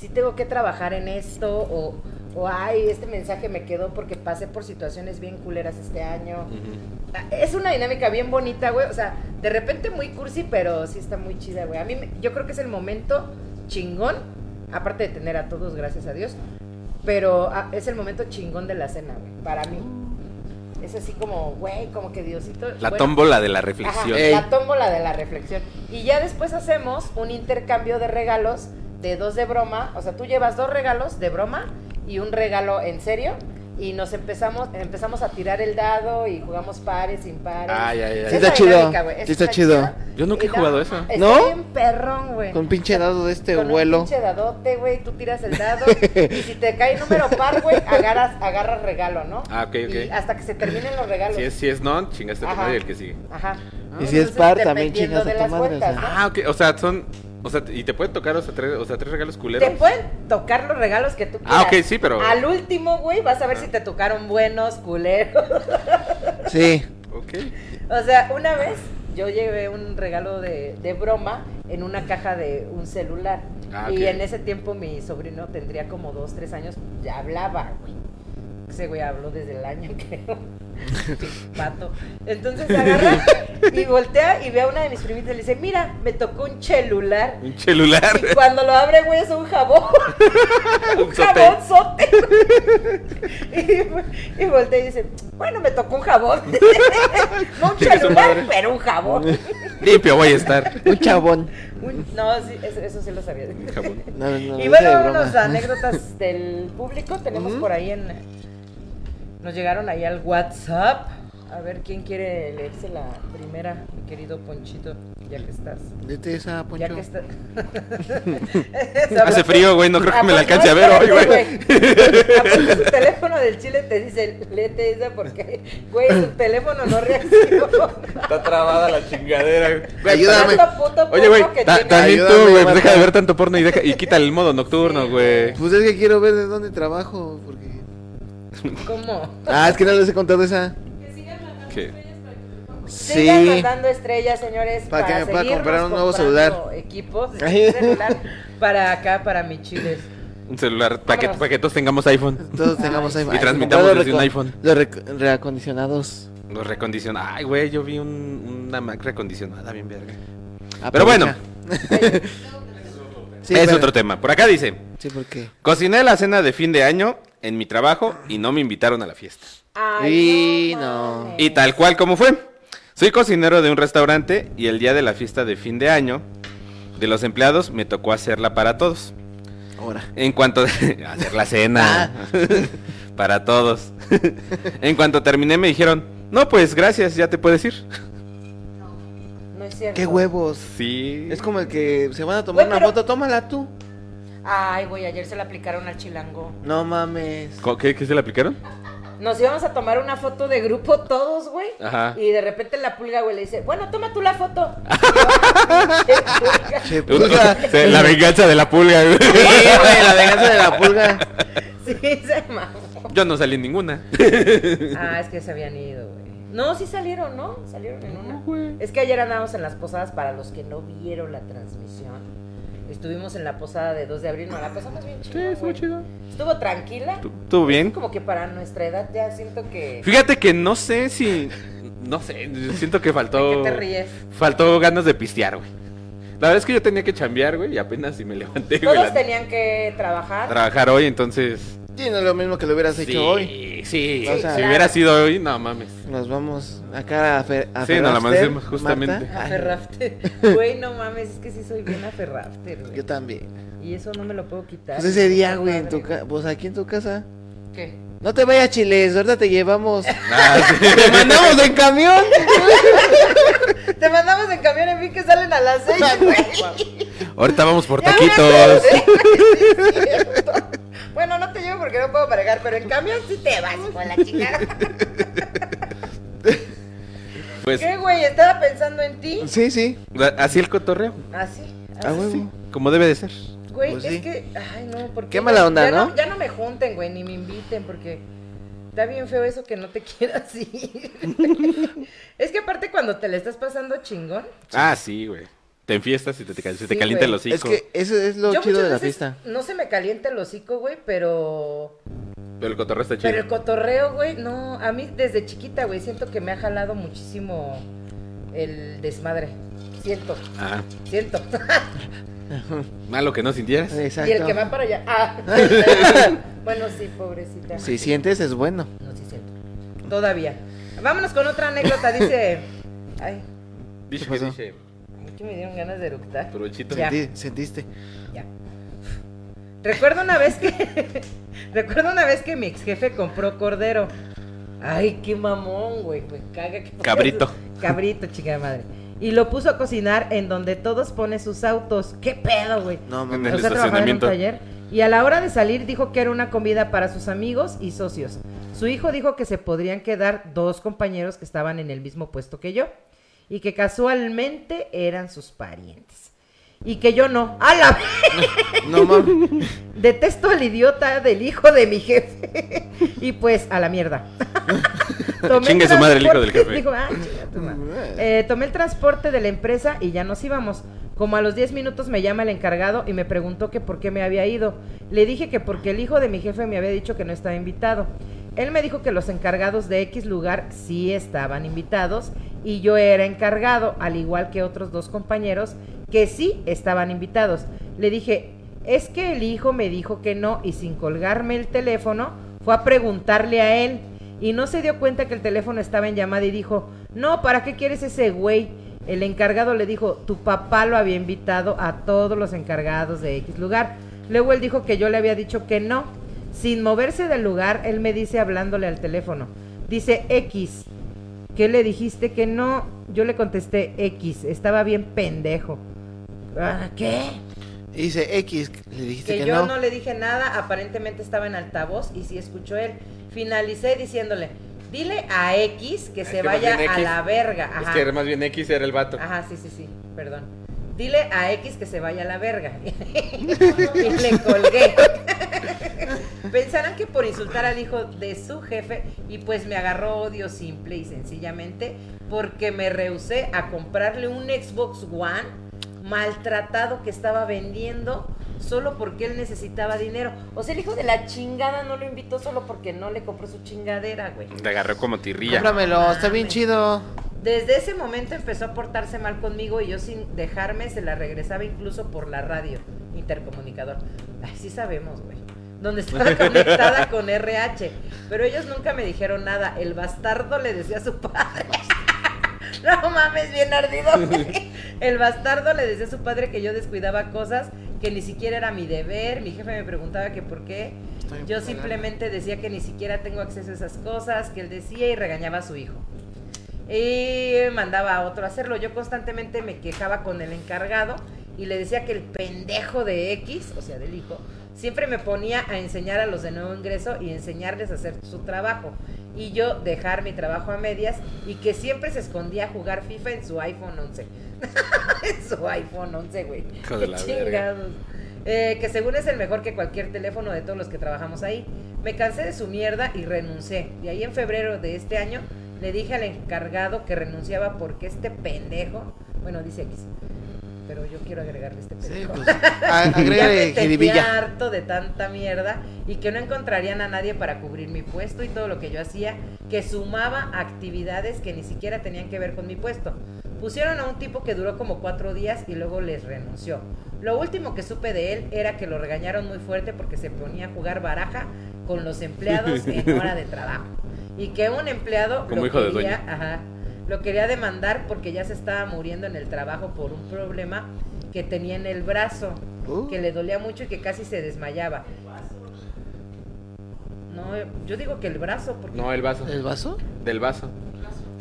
sí tengo que trabajar en esto, o, o ay, este mensaje me quedó porque pasé por situaciones bien culeras este año. Ah, Es una dinámica bien bonita, güey, o sea, de repente muy cursi, pero sí está muy chida, güey. A mí, me- yo creo que es el momento chingón, aparte de tener a todos, gracias a Dios, pero ah, es el momento chingón de la cena, güey, para mí. Es así como, güey, como que Diosito.
La
bueno,
tómbola de la
ajá,
reflexión. Eh,
la tómbola de la reflexión. Y ya después hacemos un intercambio de regalos de dos de broma. O sea, tú llevas dos regalos de broma y un regalo en serio. Y nos empezamos empezamos a tirar el dado y jugamos pares, impares.
Ay, ay, ay.
Esa
Sí
está
dinámica,
chido,
güey,
sí
esa
está chido.
chida.
Yo nunca he
Y la-
jugado eso.
Está
¿No?
bien perrón, güey.
Con pinche dado de este
Con un
vuelo.
pinche dadote, güey, tú tiras el dado y si te cae número par, güey, agarras, agarras regalo, ¿no?
Ah, ok, ok.
Y hasta que se terminen los regalos.
Si es, si es no, chingaste tu
Ajá.
madre y el que sigue.
Ajá.
Y si es
Ah, Entonces,
par, también
dependiendo
chingas a
de
tu
las
madre,
vueltas,
o sea.
¿no?
Ah, ok. O sea, son. O sea, y te pueden tocar, o sea, tres, o sea, tres regalos culeros.
Te pueden tocar los regalos que tú quieras.
Ah, ok, sí, pero- Ah.
Al último, güey, vas a ver si te tocaron buenos, culeros.
Sí.
Ok.
O sea, una vez yo llevé un regalo de, de broma en una caja de un celular.
Ah,
Y
ok.
en ese tiempo mi sobrino tendría como dos, tres años, ya hablaba, güey. Ese güey habló desde el año, creo. Pato. Entonces agarra y voltea y ve a una de mis primitas y le dice, mira, me tocó un celular.
Un celular.
Y cuando lo abre, güey, es un jabón. un
Un sope.
jabón sote. y, y voltea y dice, bueno, me tocó un jabón. no un
Chingue su madre.
celular, pero un jabón.
Limpio voy a estar.
Un chabón.
Un- no, sí, eso, eso sí lo sabía.
Un jabón.
No, no,
y
no,
bueno,
de
vámonos a
broma.
anécdotas del público. Tenemos
Ujú.
por ahí en... Nos llegaron ahí al WhatsApp. A ver quién quiere leerse la primera, mi querido Ponchito, ya que estás.
Vete esa, Poncho.
Ya que estás.
Hace frío, güey. No creo que me la alcance a ver hoy, güey.
güey. Su teléfono del chile te dice, léete esa porque, güey, su teléfono no reaccionó.
Está trabada la chingadera,
Güey, Ayúdame.
Tanto puto porno que
Oye, güey, ta-
tiene.
también
Ayúdame,
tú, güey, pues
Marta.
deja de ver tanto porno y, deja, y quítale el modo nocturno,
Sí.
güey.
Pues es que quiero ver de dónde trabajo. Porque...
¿Cómo?
Ah, es que no les he contado esa.
Que sigan mandando
¿Qué?
estrellas para que te pongan.
Sigan mandando estrellas, señores,
Para que me pueda
seguirnos
comprar un nuevo
comprando
celular.
Equipos, celular para acá, para mis chiles.
Un celular, para que,
Vámonos.
pa' que todos tengamos iPhone.
Todos tengamos
Ay,
iPhone.
Y transmitamos
Los
desde un
reco-
iPhone.
Los rec- reacondicionados.
Los recondiciona. Ay, güey, yo vi un, una Mac recondicionada bien verga.
Aprovecha.
bueno.
Sí,
es
pero-
otro tema. Por acá dice,
Sí, porque.
cociné la cena de fin de año en mi trabajo y no me invitaron a la fiesta.
Ay,
Y no.
mames.
Y tal cual como fue. Soy cocinero de un restaurante y el día de la fiesta de fin de año de los empleados me tocó hacerla para todos.
Ahora.
En cuanto hacer la cena para todos. en cuanto terminé me dijeron, "No, pues gracias, ya te puedes ir."
No es cierto.
¡Qué huevos!
Sí.
Es como el que se van a tomar
Güey,
una
pero-
foto. Tómala tú.
Ay, güey, ayer se la aplicaron al chilango.
No mames.
Co- ¿Qué, qué se le aplicaron?
Nos íbamos a tomar una foto de grupo todos, güey.
Ajá.
Y de repente la pulga, güey, le dice, bueno, toma tú la foto. Y yo, "Pinche pulga".
Che,
O sea,
pulga.
se- la venganza de la pulga. güey.
Sí, güey, la venganza de la pulga.
sí, se mamó.
Yo no salí en ninguna.
Ah, es que se habían ido, güey. No, sí salieron, ¿no? Salieron en una. Es que ayer andábamos en las posadas para los que no vieron la transmisión. Estuvimos en la posada de 2 de abril, nos la pasamos bien chido. güey. Estuvo tranquila.
¿Tú, tú bien?
Como que para nuestra edad ya siento que.
Fíjate que no sé si no sé, siento que faltó
¿De qué te ríes?
Faltó ganas de pistear, güey. La verdad es que yo tenía que chambear, güey, y apenas si me levanté, güey.
Todos
la-
tenían que trabajar.
Trabajar hoy, entonces.
Yo Sí, no es lo mismo que lo hubieras hecho hoy.
sí.
O sea-
si hubiera sido hoy, no mames.
Nos vamos acá a Fer, a
Sí, nos
Ferrafter,
la amanecemos justamente.
Marta. Ay,
Aferrafter. Güey, no mames, es que sí soy bien aferrafter, güey.
Yo también.
Y eso no me lo puedo quitar.
Pues ese día, güey, en
Madre,
tu casa, pues aquí en tu casa.
¿Qué?
No te vayas, chiles, ahorita te llevamos.
Ah, sí.
¡Te mandamos en camión!
Te mandamos en camión en fin que salen a las seis, güey.
Ahorita vamos por
Ya me acordé,
taquitos.
güey, sí es cierto. Bueno, no te llevo porque no puedo manejar, pero en camión sí te vas, con la chingada.
Pues
¿Qué, güey? Estaba pensando en ti.
Sí, sí.
la- así el cotorreo.
Así.
A
así.
huevo.
Sí, como debe de ser.
Güey,
Ah, Pues
es
sí.
que. Ay, no, porque.
Qué mala onda,
ya
¿no?
Ya no me junten, güey, ni me inviten, porque. Está bien feo eso que no te quieras ir. es que aparte cuando te le estás pasando chingón.
Ah, sí, güey. Te enfiestas y te, te, cal- se te
Sí,
calienta el
güey.
hocico.
Es que eso es lo
yo
chido
muchas
de la
veces
fiesta.
No se me calienta el hocico, güey, pero.
Pero el cotorreo está chido.
Pero el cotorreo, güey, no. A mí desde chiquita, güey, siento que me ha jalado muchísimo el desmadre. Siento,
Ah,
siento.
malo que no sintieras.
Exacto.
y el que va para allá. Ah. bueno, sí, pobrecita.
Si sientes, es bueno.
No, sí siento. Todavía. Vámonos con otra anécdota. Dice. Ay,
Dice que
pasó?
dice.
que me dieron ganas de eructar.
Provechito.
Ya.
Senti- sentiste.
Ya. Recuerdo una vez que. Recuerdo una vez que mi ex jefe compró cordero. Ay, qué mamón, güey. Me caga que.
Cabrito.
Cabrito, chica de madre. Y lo puso a cocinar en donde todos ponen sus autos. ¿Qué pedo, güey?
No,
En
mames.
el
O sea, trabajaba en un
estacionamiento.
taller. Y a la hora de salir dijo que era una comida para sus amigos y socios. Su hijo dijo que se podrían quedar dos compañeros que estaban en el mismo puesto que yo y que casualmente eran sus parientes. Y que yo no. ¡A la vez!
No mames.
Detesto al idiota del hijo de mi jefe. y pues, a la mierda. Tomé
Chingue su madre el hijo del
transporte-
jefe.
Dijo, "Ah, chinga tu madre". Eh, tomé el transporte de la empresa y ya nos íbamos. Como a los 10 minutos me llama el encargado y me preguntó que por qué me había ido. Le dije que porque el hijo de mi jefe me había dicho que no estaba invitado. Él me dijo que los encargados de X lugar sí estaban invitados y yo era encargado, al igual que otros dos compañeros que sí estaban invitados. Le dije, es que el hijo me dijo que no y sin colgarme el teléfono fue a preguntarle a él y no se dio cuenta que el teléfono estaba en llamada y dijo, no, ¿para qué quieres ese güey? El encargado le dijo, tu papá lo había invitado a todos los encargados de X lugar. Luego él dijo que yo le había dicho que no. Sin moverse del lugar, él me dice hablándole al teléfono. Dice X, ¿qué le dijiste que no? Yo le contesté X, estaba bien pendejo. "Ah, ¿Qué?
Dice X, le dijiste
que,
que,
yo no.
no.
le dije nada, aparentemente estaba en altavoz y sí escuchó él. Finalicé diciéndole, dile a X que se
que más
vaya
bien
a
X.
la verga. Ajá.
Es que más bien X era el vato.
Ajá, sí, sí, sí, perdón. Dile a X que se vaya a la verga. y le colgué. Pensarán que por insultar al hijo de su jefe y pues me agarró odio simple y sencillamente porque me rehusé a comprarle un Xbox One maltratado que estaba vendiendo solo porque él necesitaba dinero. O sea, el hijo de la chingada no lo invitó solo porque no le compró su chingadera, güey.
Te agarró como tirrilla.
Cómpramelo, está bien
Mames.
chido.
Desde ese momento empezó a portarse mal conmigo y yo sin dejarme se la regresaba incluso por la radio intercomunicador. Así sabemos, güey. Donde estaba conectada con RH. Pero ellos nunca me dijeron nada. El bastardo le decía a su padre. No mames, bien ardido. güey. El bastardo le decía a su padre que yo descuidaba cosas que ni siquiera era mi deber. Mi jefe me preguntaba que por qué.
Está bien
Yo
puta
simplemente decía que ni siquiera tengo acceso a esas cosas que él decía y regañaba a su hijo. Y mandaba a otro a hacerlo. Yo constantemente me quejaba con el encargado y le decía que el pendejo de X, o sea, del hijo, siempre me ponía a enseñar a los de nuevo ingreso y enseñarles a hacer su trabajo. Y yo dejar mi trabajo a medias y que siempre se escondía a jugar FIFA en su iPhone 11. en su iPhone 11, güey.
Hijo de
Qué
la
chingados. Eh, que según es el mejor que cualquier teléfono de todos los que trabajamos ahí. Me cansé de su mierda y renuncié. Y ahí en febrero de este año le dije al encargado que renunciaba porque este pendejo, bueno, dice X, pero yo quiero agregarle este
Sí,
pendejo.
pues. a-
Ya me
Agrégale
sentía
jiribilla.
harto de tanta mierda y que no encontrarían a nadie para cubrir mi puesto y todo lo que yo hacía, que sumaba actividades que ni siquiera tenían que ver con mi puesto. Pusieron a un tipo que duró como cuatro días y luego les renunció. Lo último que supe de él era que lo regañaron muy fuerte porque se ponía a jugar baraja con los empleados en hora de trabajo. Y que un empleado
Como
lo
hijo de
quería-
dueño.
ajá, lo quería demandar porque ya se estaba muriendo en el trabajo por un problema que tenía en el brazo,
Uh.
que le dolía mucho y que casi se desmayaba. No, yo digo que el brazo, porque
No, el vaso.
¿El vaso?
Del vaso.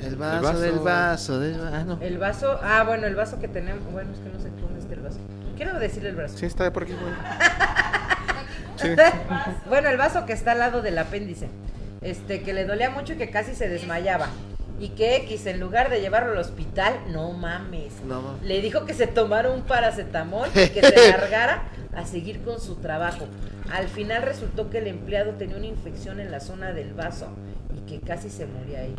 El vaso,
vaso.
del vaso, del vaso. Ah, no.
el vaso, ah, bueno, el vaso que tenemos, bueno, es que no sé dónde está el vaso. Quiero decirle el brazo.
Sí, está por aquí, güey.
Bueno, el vaso que está al lado del apéndice. Este, que le dolía mucho y que casi se desmayaba. Y que X, en lugar de llevarlo al hospital, no mames.
No mames.
Le dijo que se tomara un paracetamol y que se largara a seguir con su trabajo. Al final resultó que el empleado tenía una infección en la zona del vaso y que casi se moría ahí.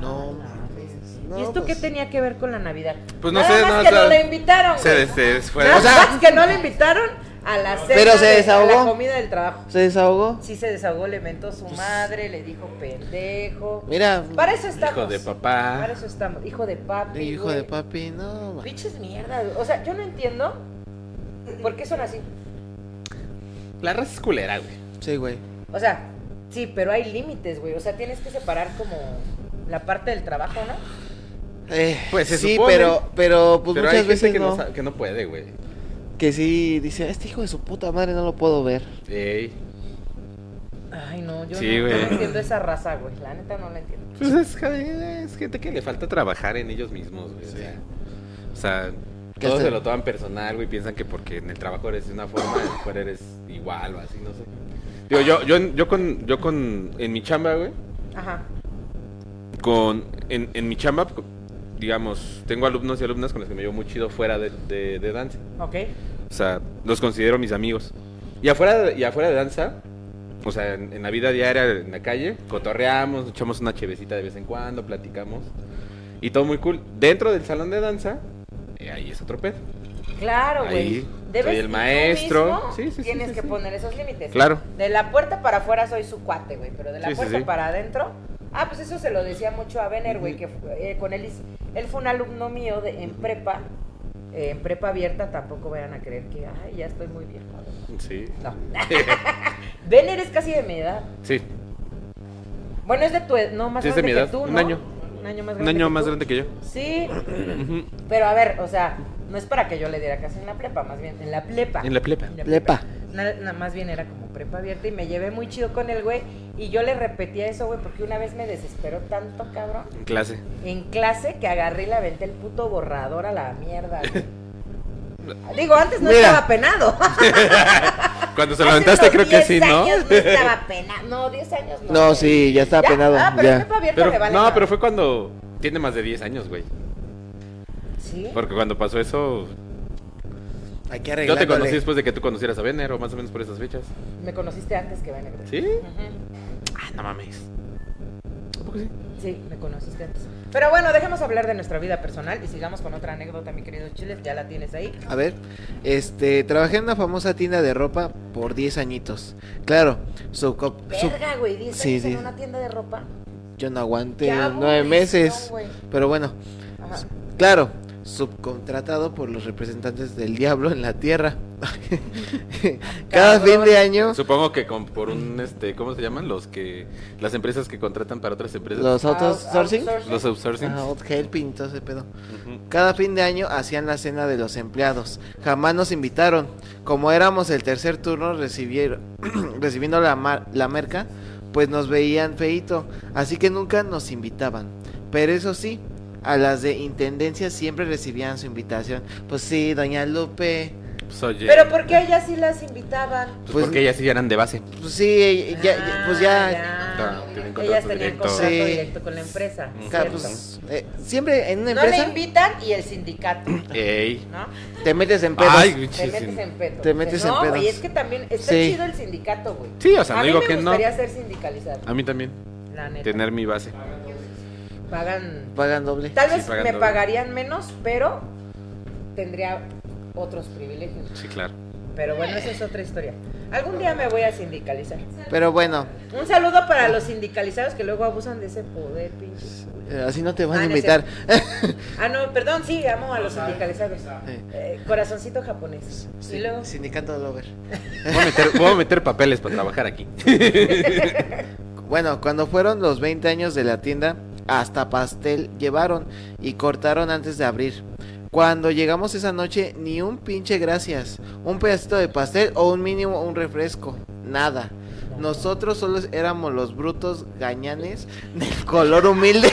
No
Ah, la
mames.
bestia.
No,
¿Y esto
pues-
qué tenía que ver con la Navidad?
Pues no
Nada
sé,
más
no,
que
o sea,
no le invitaron.
Se,
güey.
des- se desfue-
Nada
O sea-
más que no le invitaron a la cena
Pero se
de- a
desahogó.
la comida del trabajo.
¿Se desahogó?
Sí se desahogó, le mentó su madre, le dijo pendejo.
Mira,
Para eso estamos.
Hijo de
Para
papá.
eso estamos. Hijo de papi.
hijo
güey.
de papi, no. ma-
Pinches mierda. güey. O sea, yo no entiendo por qué son así.
La raza es culera, güey.
Sí, güey.
O sea, sí, pero hay límites, güey. O sea, tienes que separar como la parte del trabajo, ¿no?
Eh,
Pues se
sí,
supone.
pero, pero pues
Pero hay
muchas
gente
veces
que no.
no.
sa- que no puede, güey.
que sí dice, este hijo de su puta madre no lo puedo ver.
Ey.
Ay, no, yo
Sí,
no,
güey.
no entiendo esa raza, güey. La neta no la entiendo.
Pues es, que- es gente que le falta trabajar en ellos mismos, güey. O sea, o sea,
Que
todos
hasta-
se lo toman personal, güey. Piensan que porque en el trabajo eres de una forma, en el fuera eres igual o así, no sé. Digo, yo, yo, yo con, yo con, en mi chamba, güey,
Ajá.
con, en, en mi chamba, digamos, tengo alumnos y alumnas con los que me llevo muy chido fuera de, de, de danza.
Ok.
O sea, los considero mis amigos. Y afuera de, y afuera de danza, o sea, en, en la vida diaria, en la calle, cotorreamos, echamos una chevecita de vez en cuando, platicamos. Y todo muy cool. Dentro del salón de danza, eh, ahí es otro pedo.
Claro, güey.
Ahí,
Debes
soy el
tú
maestro.
mismo
Sí, sí, sí,
Tienes
sí,
que
sí.
poner esos límites.
Claro.
De la puerta para afuera soy su cuate, güey, pero de la
Sí, sí,
puerta
sí.
para adentro. Ah, pues eso se lo decía mucho a Vener, güey, que fu- eh, con él, hice- él fue un alumno mío de, en prepa, eh, en prepa abierta, tampoco vayan a creer que, ay, ya estoy muy viejo.
Sí.
No. Vener es casi de mi edad.
sí.
Bueno, es de tu edad, no, más
Sí, es de
grande
mi edad,
que tú,
un
¿no?
año.
Un año más grande.
Un año
que
más
tú.
grande que yo.
Sí,
Ujú.
pero a ver, o sea, no es para que yo le diera casi en la prepa, más bien en la plepa.
En la plepa.
En la
Lepa.
Nada, nada más bien era como prepa abierta y me llevé muy chido con el güey. Y yo le repetía eso, güey, porque una vez me desesperó tanto, cabrón,
En clase.
en clase que agarré y le aventé el puto borrador a la mierda, güey. Digo, antes no
Mira.
estaba penado.
Cuando se Pues lo
Hace
aventaste,
unos
creo
10
que sí, ¿no?
años no estaba penado. No, 10 años no.
No,
güey.
sí, ya está
Ya,
penado.
Ah, pero en
ya.
prepa abierta
Pero,
me vale
no,
madre.
pero fue cuando tiene más de 10 años, güey.
Sí.
Porque cuando pasó eso,
Hay que
yo te
arreglarlo.
conocí después de que tú conocieras a Vener, o más o menos por esas fechas.
Me conociste antes que Vener.
¿Sí?
Ujú.
Ah, no mames. ¿A poco sí?
Sí, me conociste antes. Pero bueno, dejemos hablar de nuestra vida personal y sigamos con otra anécdota, mi querido Chiles. Ya la tienes ahí.
pues.
A ver, este, trabajé en una famosa tienda de ropa por 10 añitos. Claro, su, cop- su-
Verga, güey, dice
Sí, sí.
en una tienda de ropa.
yo no aguanté
Qué
nueve
aburrición,
meses.
güey.
Pero bueno,
Ajá.
claro, subcontratado por los representantes del diablo en la tierra. Cada
Cabrón.
fin de año,
Supongo que con, por un, este, ¿cómo se llaman? Los que, las empresas que contratan para otras empresas.
los outsourcing.
Outsourcing.
Los outsourcing.
Ah, outhelping, todo ese pedo.
Ujú.
Cada fin de año hacían la cena de los empleados. Jamás nos invitaron. Como éramos el tercer turno recibieron, recibiendo la, mar- la merca, pues nos veían feito. Así que nunca nos invitaban. Pero eso sí, a las de intendencia siempre recibían su invitación. Pues sí, doña Lupe.
Pues, oye,
Pero ¿por qué a ellas sí las invitaban?
pues,
pues-
porque ellas sí eran de base.
Pues sí, ya- ya- pues ya.
Ah,
Ah, tienen
ya.
contrato
Ellas tenían
directo.
contrato
Sí.
directo con la empresa.
Ujú.
ca-
¿cierto?
pues, eh, siempre en una
No le
empresa
invitan y el sindicato,
Ey.
¿no?
te metes en pedos.
Ay,
Te metes
muchísimo.
en pedo.
Te metes en
no,
pedos.
güey, es que también está
Sí.
chido el sindicato, güey.
Sí, o sea,
a
no
mí
digo
me
que no.
gustaría ser sindicalizado,
A mí también.
la neta.
Tener mi base.
Pagan
Pagan doble.
Tal
Sí,
vez
pagan
me
doble.
pagarían menos, pero tendría otros privilegios.
Sí, claro.
Pero bueno, esa es otra historia. Algún día me voy a sindicalizar.
Pero bueno,
Un saludo para los sindicalizados que luego abusan de ese poder, pinche.
eh, así no te van a
Ah, no es
invitar.
Ah, no, perdón, sí, amo a los sindicalizados.
Eh,
Eh, corazoncito japonés.
sí,
Y luego,
sindicato Lover.
Voy a meter, voy a meter papeles para trabajar aquí.
Bueno, cuando fueron los 20 años de la tienda, hasta pastel llevaron y cortaron antes de abrir. Cuando llegamos esa noche, ni un pinche gracias, un pedacito de pastel o un mínimo un refresco, nada. Nosotros solo éramos los brutos gañanes del color humilde.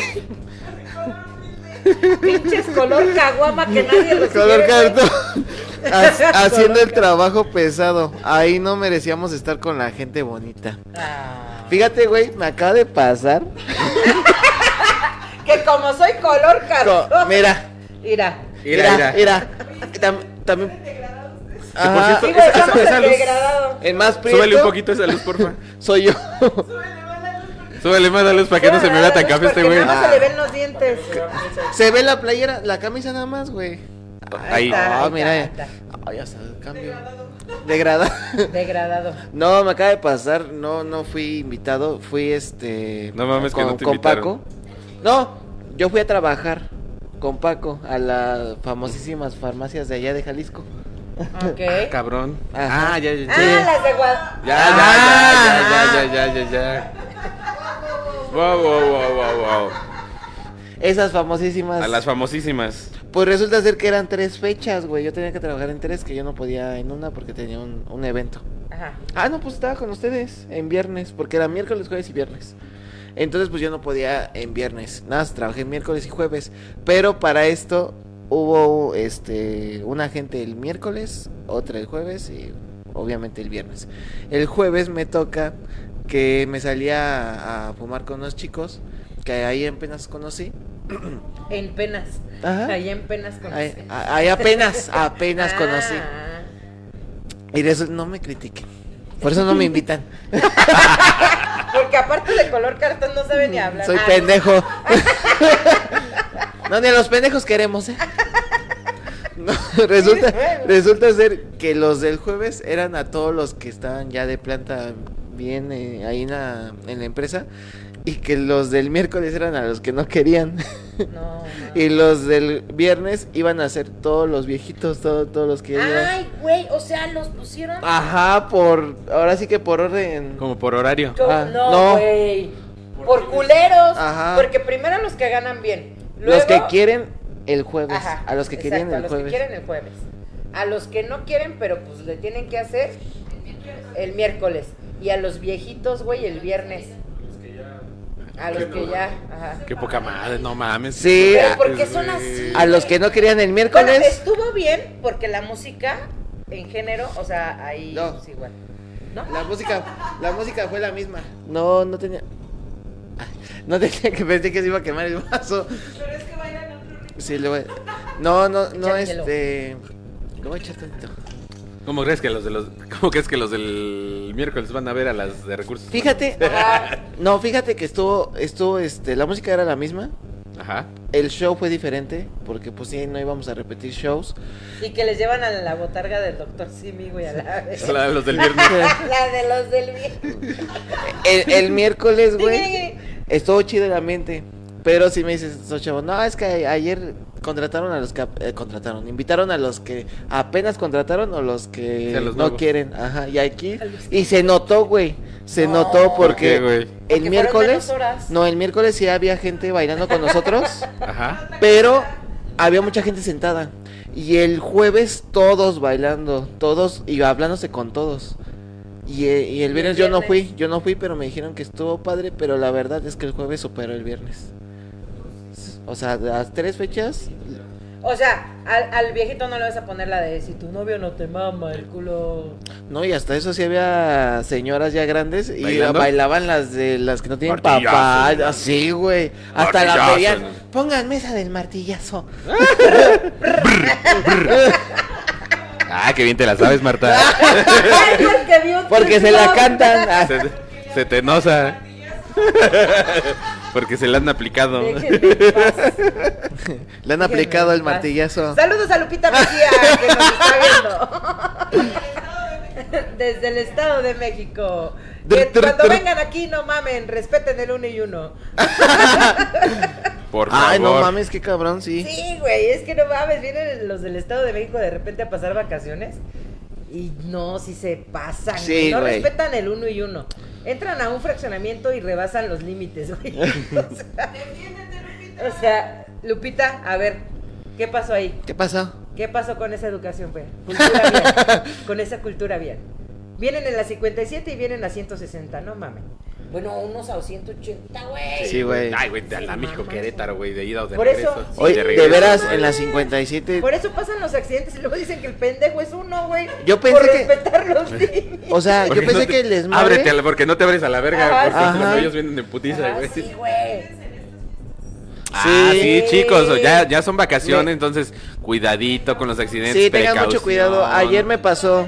pinches color caguama que nadie los
color
quiere, güey.
cartón. ha- haciendo
Color
el
cartón.
trabajo pesado. Ahí no merecíamos estar con la gente bonita.
Ah,
Fíjate, güey, me acaba de pasar.
que como soy color
Co-
caguama.
Mira,
Mira.
Mira,
mira,
mira.
mira. Tam- también. Ajá.
Por
Sí,
cierto,
güey,
esa-
estamos
esa
en
luz-
degradado.
el más prieto
Súbele un poquito esa luz, porfa.
soy yo.
Súbele más la luz para que no se me vea tan café este güey.
No se le ven los dientes.
Se ve la playera, la camisa nada más, güey.
Ahí.
está.
Ah, mira.
ahí está.
Ay, hasta el cambio. Degradado.
Degradado.
No, me acaba de pasar, no, no fui invitado, fui este...
No mames que no te invitaron.
Paco. No, yo fui a trabajar con Paco a las famosísimas farmacias de allá de Jalisco.
Ok.
Cabrón.
Ajá.
Ah, ya, ya, ya.
Sí.
Ah, las de Guadalajara.
Ya, ya, ya, ya, ya, ya, ya, ya. Wow, wow, wow, wow, wow.
Esas famosísimas...
A las famosísimas.
Pues resulta ser que eran tres fechas, güey. Yo tenía que trabajar en tres, que yo no podía en una porque tenía un, un evento.
Ajá.
Ah, no, pues estaba con ustedes en viernes, porque era miércoles, jueves y viernes. Entonces, pues yo no podía en viernes. Nada, más trabajé miércoles y jueves. Pero para esto hubo este una gente el miércoles, otra el jueves y obviamente el viernes. El jueves me toca que me salía a, a fumar con unos chicos que ahí apenas conocí.
En penas.
Ah.
Ajá.
Ahí en penas con este.
Ahí, a- ahí apenas, apenas
Ah.
conocí. Y de eso no me critiquen. Por eso no me invitan.
Ah. Porque aparte de color cartón no sabe ni hablar.
Soy
Ah,
pendejo. no, ni a los pendejos queremos, ¿eh? No, resulta, resulta ser que los del jueves eran a todos los que estaban ya de planta bien eh, ahí en la, en la empresa y que los del miércoles eran a los que no querían
No. no.
y los del viernes iban a ser todos los viejitos, todo- todos los
Ah,
que... Ah, ya llevan.
Ay, güey, o sea, los pusieron.
Ajá, por... Ahora sí que por orden...
Como por horario.
Co-
ah, no.
no, güey. Por culeros.
Ajá.
Porque primero los que ganan bien.
los
luego-
que quieren el jueves.
Ajá,
a los que
exacto,
querían el
a los
jueves.
que quieren el jueves. A los que no quieren, pero pues le tienen que hacer el miércoles. Y a los viejitos, güey, el viernes. A los que ya. Ajá.
Qué poca madre, no mames. Ah,
Sí,
Güey,
a-
¿por qué son así?
A los que no querían el
Bueno,
miércoles.
estuvo bien porque la música en género, o sea, ahí
No.
es igual. ¿No?
La música, la música fue la misma. No, no tenía. Ay, No tenía que pensé que se iba a quemar el vaso.
Pero es que bailan otro ritmo.
Sí, le voy. No, no, no,
Échatelo.
este. Lo voy a echar tantito.
¿Cómo crees que los de los cómo crees que los del miércoles van a ver a las de recursos?
Fíjate.
Ajá.
No, fíjate que estuvo, estuvo, este, la música era la misma.
Ajá.
El show fue diferente, porque pues sí, no íbamos a repetir shows.
Y que les llevan a la botarga del doctor Simi, güey, a la vez.
La de los del viernes.
La de los del viernes.
El, el miércoles, Pues, güey. Estuvo chido el ambiente. Pero si me dices, "No, chavo, no, es que a- ayer contrataron a los que ap- eh, contrataron, invitaron a los que apenas contrataron o los que
Sí, a los
no
nuevos.
quieren. Ajá, y aquí.
A los
Y se notó, güey. Se
No.
notó
¿Por qué,
porque
güey?
Porque
el
fueron menos
miércoles.
horas.
No, el miércoles sí había gente bailando con nosotros,
Ajá.
pero había mucha gente sentada. Y el jueves todos bailando, todos y hablándose con todos. Y, eh, y el viernes yo no
viernes.
fui, yo no fui, pero me dijeron que estuvo padre, pero la verdad es que el jueves superó el viernes. O sea, de las tres fechas,
O sea, al, al viejito no le vas a poner la de si tu novio no te mama el culo.
no, y hasta eso sí había señoras ya grandes y
¿Bailando?
bailaban las de las que no tienen
Martillazo,
papá,
¿no?
así güey, hasta la
Martillazo,
pedían,
¿no?
pongan mesa del martillazo.
Ah, qué bien te la sabes, Marta.
Ay, porque vio-
Porque se la cantan. Ah,
se, se te nosa. Porque se la han aplicado.
Déjenme en paz.
Le han
Déjenme
aplicado
en
el
paz.
martillazo.
Saludos a Lupita Mejía, que nos está viendo. Desde el Estado de México.
Tr-
Que
tr-
cuando
tr-
vengan aquí, no mamen, respeten el uno y uno.
Por favor.
Ay, no mames, qué cabrón, sí.
Sí, güey, es que no mames, vienen los del Estado de México de repente a pasar vacaciones y no, si se pasan,
Sí,
güey, no
güey.
respetan el uno y uno. Entran a un fraccionamiento y rebasan los límites, güey. O sea,
Defiéndete, Lupita.
o sea, Lupita, a ver, ¿qué pasó ahí?
¿Qué pasó?
¿Qué pasó con esa educación, güey? Cultura vial. con esa cultura vial. Vienen en la 57 y vienen a 160, no mames. Bueno, unos a 180, güey.
Sí, güey.
Ay, güey, de la México Querétaro, güey, de ida o de
Por
regreso.
eso,
Pues, Oye,
de
de,
regreso.
veras, en la 57.
Por eso pasan los accidentes y luego dicen que el pendejo es uno, güey.
Yo pensé
por
que-
respetar los límites.
O sea, yo
Porque
pensé
no te-
que el desmadre.
Ábrete, a la- porque no te abres a la verga,
Ajá,
porque
sí.
los
Ajá.
hoyos vienen de putiza,
Ah,
güey.
sí, güey.
Ah, sí,
Sí.
chicos, ya, ya son vacaciones,
Me-
entonces cuidadito con los accidentes.
Sí, tengan
precaución.
mucho cuidado. Ayer me pasó.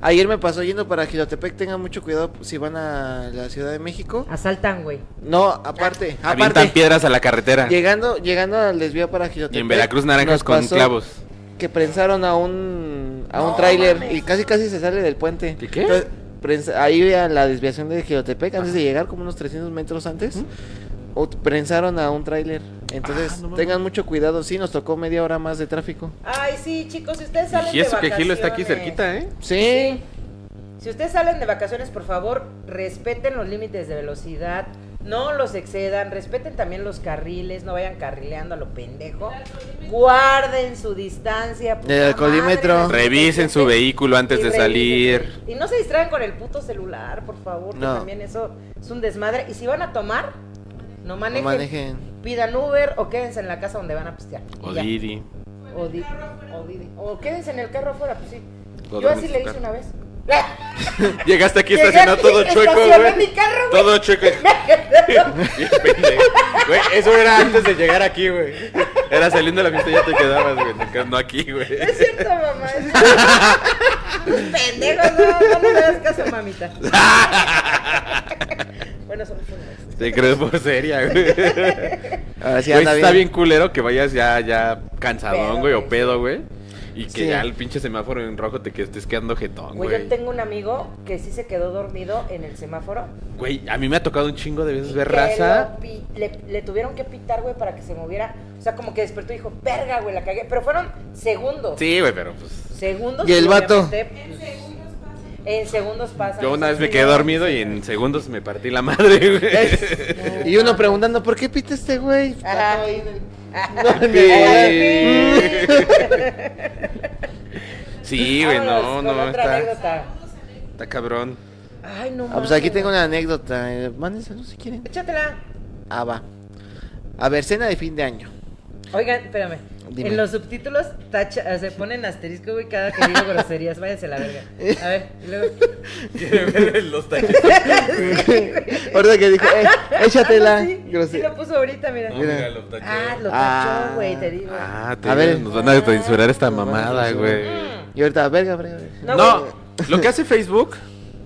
Ayer me pasó yendo para Gilotepec. Tengan mucho cuidado si van a la Ciudad de México.
Asaltan, güey.
No, aparte.
Avientan
Aparte.
piedras a la carretera.
Llegando, llegando al desvío para Gilotepec.
Y en Veracruz naranjas
nos
con
pasó
clavos.
Que prensaron a un, a un
No
tráiler
mames.
y casi casi se sale del puente.
¿Qué qué?
Entonces, prensa- ahí a la desviación de Gilotepec, antes de llegar, como unos 300 metros antes. o- Prensaron a un tráiler. Entonces,
Ah, no mames.
tengan mucho cuidado. Sí, nos tocó media hora más de tráfico.
Ay, sí, chicos, si ustedes salen
Y eso
de
que
vacaciones.
Gilo está aquí cerquita, ¿eh?
Sí.
Si ustedes salen de vacaciones, por favor, respeten los límites de velocidad. No los excedan, respeten también los carriles, no vayan carrileando a lo pendejo. Guarden su distancia. puta
El alcoholímetro.
madre,
Revisen su vehículo antes
Y
de
revisen.
salir.
Y no se distraigan con el puto celular, por favor. que
No.
También eso es un desmadre. Y si van a tomar, no manejen.
No manejen.
Pidan Uber o quédense en la casa donde van a pistear.
O
Y ya.
Didi.
O, di- o Didi. O quédense en el carro afuera, pues sí.
O
Yo
duermen
así
en
le
su
hice
carro.
una vez. ¡Eh!
Llegaste aquí
Llegué
estacionado
aquí,
todo chueco,
estacioné
güey.
mi carro, güey.
Todo chueco. Bien pendejo. Güey, eso era antes de llegar aquí, güey. Era saliendo de la fiesta y ya te quedabas, güey. no- No aquí, güey.
No es cierto, mamá. es- Pendejos, no, no le das caso, mamita. bueno, solo fue una vez.
Te crees por seria, güey.
Ahora sí
Güey,
anda
está
bien.
bien culero que vayas ya, ya cansadón,
Pedo,
güey, o
güey.
pedo, güey. Y que
Sí.
ya el pinche semáforo en rojo te que- estés quedando jetón,
Güey,
güey.
yo tengo un amigo que sí se quedó dormido en el semáforo.
Güey, a mí me ha tocado un chingo de veces ver
que
raza.
lo pi- Le, le tuvieron que pitar, güey, para que se moviera. O sea, como que despertó y dijo, verga, güey, la cagué. Pero fueron segundos.
Sí, güey, pero pues.
Segundos.
¿Y el vato?
obviamente, pues, En segundos pasan.
Yo una vez me
Sí,
quedé
no,
dormido y en segundos me partí la madre, güey.
no,
Y uno preguntando, ¿por qué pita este güey?
Ajá.
No,
Ah, Sí. Ah,
Ay,
Sí, güey, no,
Vámonos con
no,
otra
está,
anécdota.
está cabrón.
Ay, no
Ah, pues aquí
mames.
tengo una anécdota. eh, Mándenselo si quieren.
Échatela.
Ah, va. A ver, cena de fin de año.
Oigan, espérame.
Dime.
En los subtítulos tacha, se ponen asterisco, güey, cada que digo groserías. Váyanse a la verga. A ver, y luego.
Los taquitos.
Ahorita que dijo, eh, échatela.
Ah, no, sí,
Grosera.
sí lo puso ahorita, mira.
mira.
Ah, lo
Ah.
tachó, güey, te digo. Ah,
Ah, te
A ver.
nos van a censurar esta
Nos van a
mamada,
censurar.
güey.
Y ahorita, verga, verga. verga.
Mm, No,
No,
güey.
lo que hace Facebook,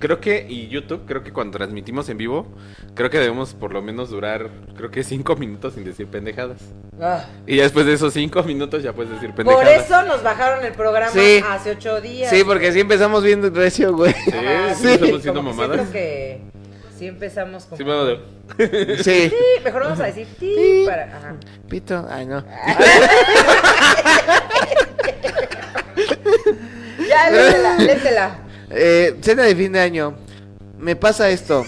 creo que, y YouTube, creo que cuando transmitimos en vivo, creo que debemos por lo menos durar, creo que cinco minutos sin decir pendejadas.
Ah.
Y ya después de esos cinco minutos ya puedes decir pendejadas.
Por eso nos bajaron el programa
Sí.
hace ocho días.
Sí, porque sí empezamos viendo recio, güey.
Sí,
Ajá,
sí,
sí.
estamos
como
haciendo
que
mamadas.
siento que sí empezamos como...
Sí, bueno, de-
Sí.
Sí, mejor vamos a decir ti para... Ajá.
Pito, ay no.
Ya, létela, létela.
Eh, cena de fin de año. Me pasa esto.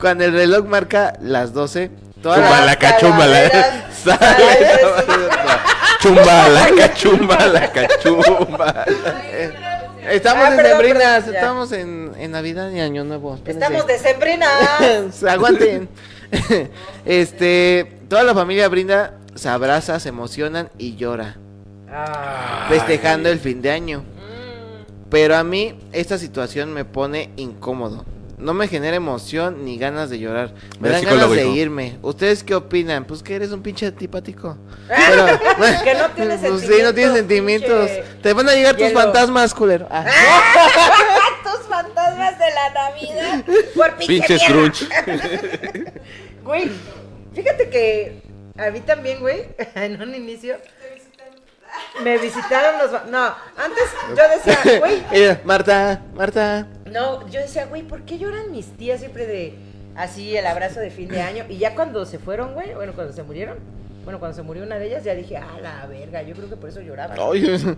Cuando el reloj marca las 12, toda la-
Chumbalaca, chumbala.
Hasta las velas. Sale.
Chumbalaca, chumbalaca, chumbala.
Estamos
Ah,
en
perdón,
sembrinas,
perdón, ya.
estamos en, en Navidad y Año Nuevo. espérense.
Estamos de sembrina.
Aguanten. este, toda la familia brinda, se abraza, se emocionan y llora, Ah. festejando el fin de año. Pero a mí esta situación me pone incómodo. No me genera emoción ni ganas de llorar. Me
Ve
dan ganas
al psicólogo,
de
hijo.
irme. ¿Ustedes qué opinan? Pues que eres un pinche antipático.
que no tiene
Pues
sentimientos.
sí, no tienes sentimientos.
pinche.
Te van a llegar tus
hielo.
fantasmas, culero. Ah.
Tus fantasmas de la Navidad. Por pinche
Pinche
tierra.
Scrooge.
Güey, fíjate que a mí también, güey, en un inicio, Me visitaron los. ba- No, antes yo decía, güey.
Ella, Marta, Marta.
No, yo decía, güey, ¿por qué lloran mis tías siempre de así el abrazo de fin de año? Y ya cuando se fueron, güey, bueno, cuando se murieron, bueno, cuando se murió una de ellas, ya dije, ah, la verga, yo creo que por eso lloraba.
Ay,
Mejor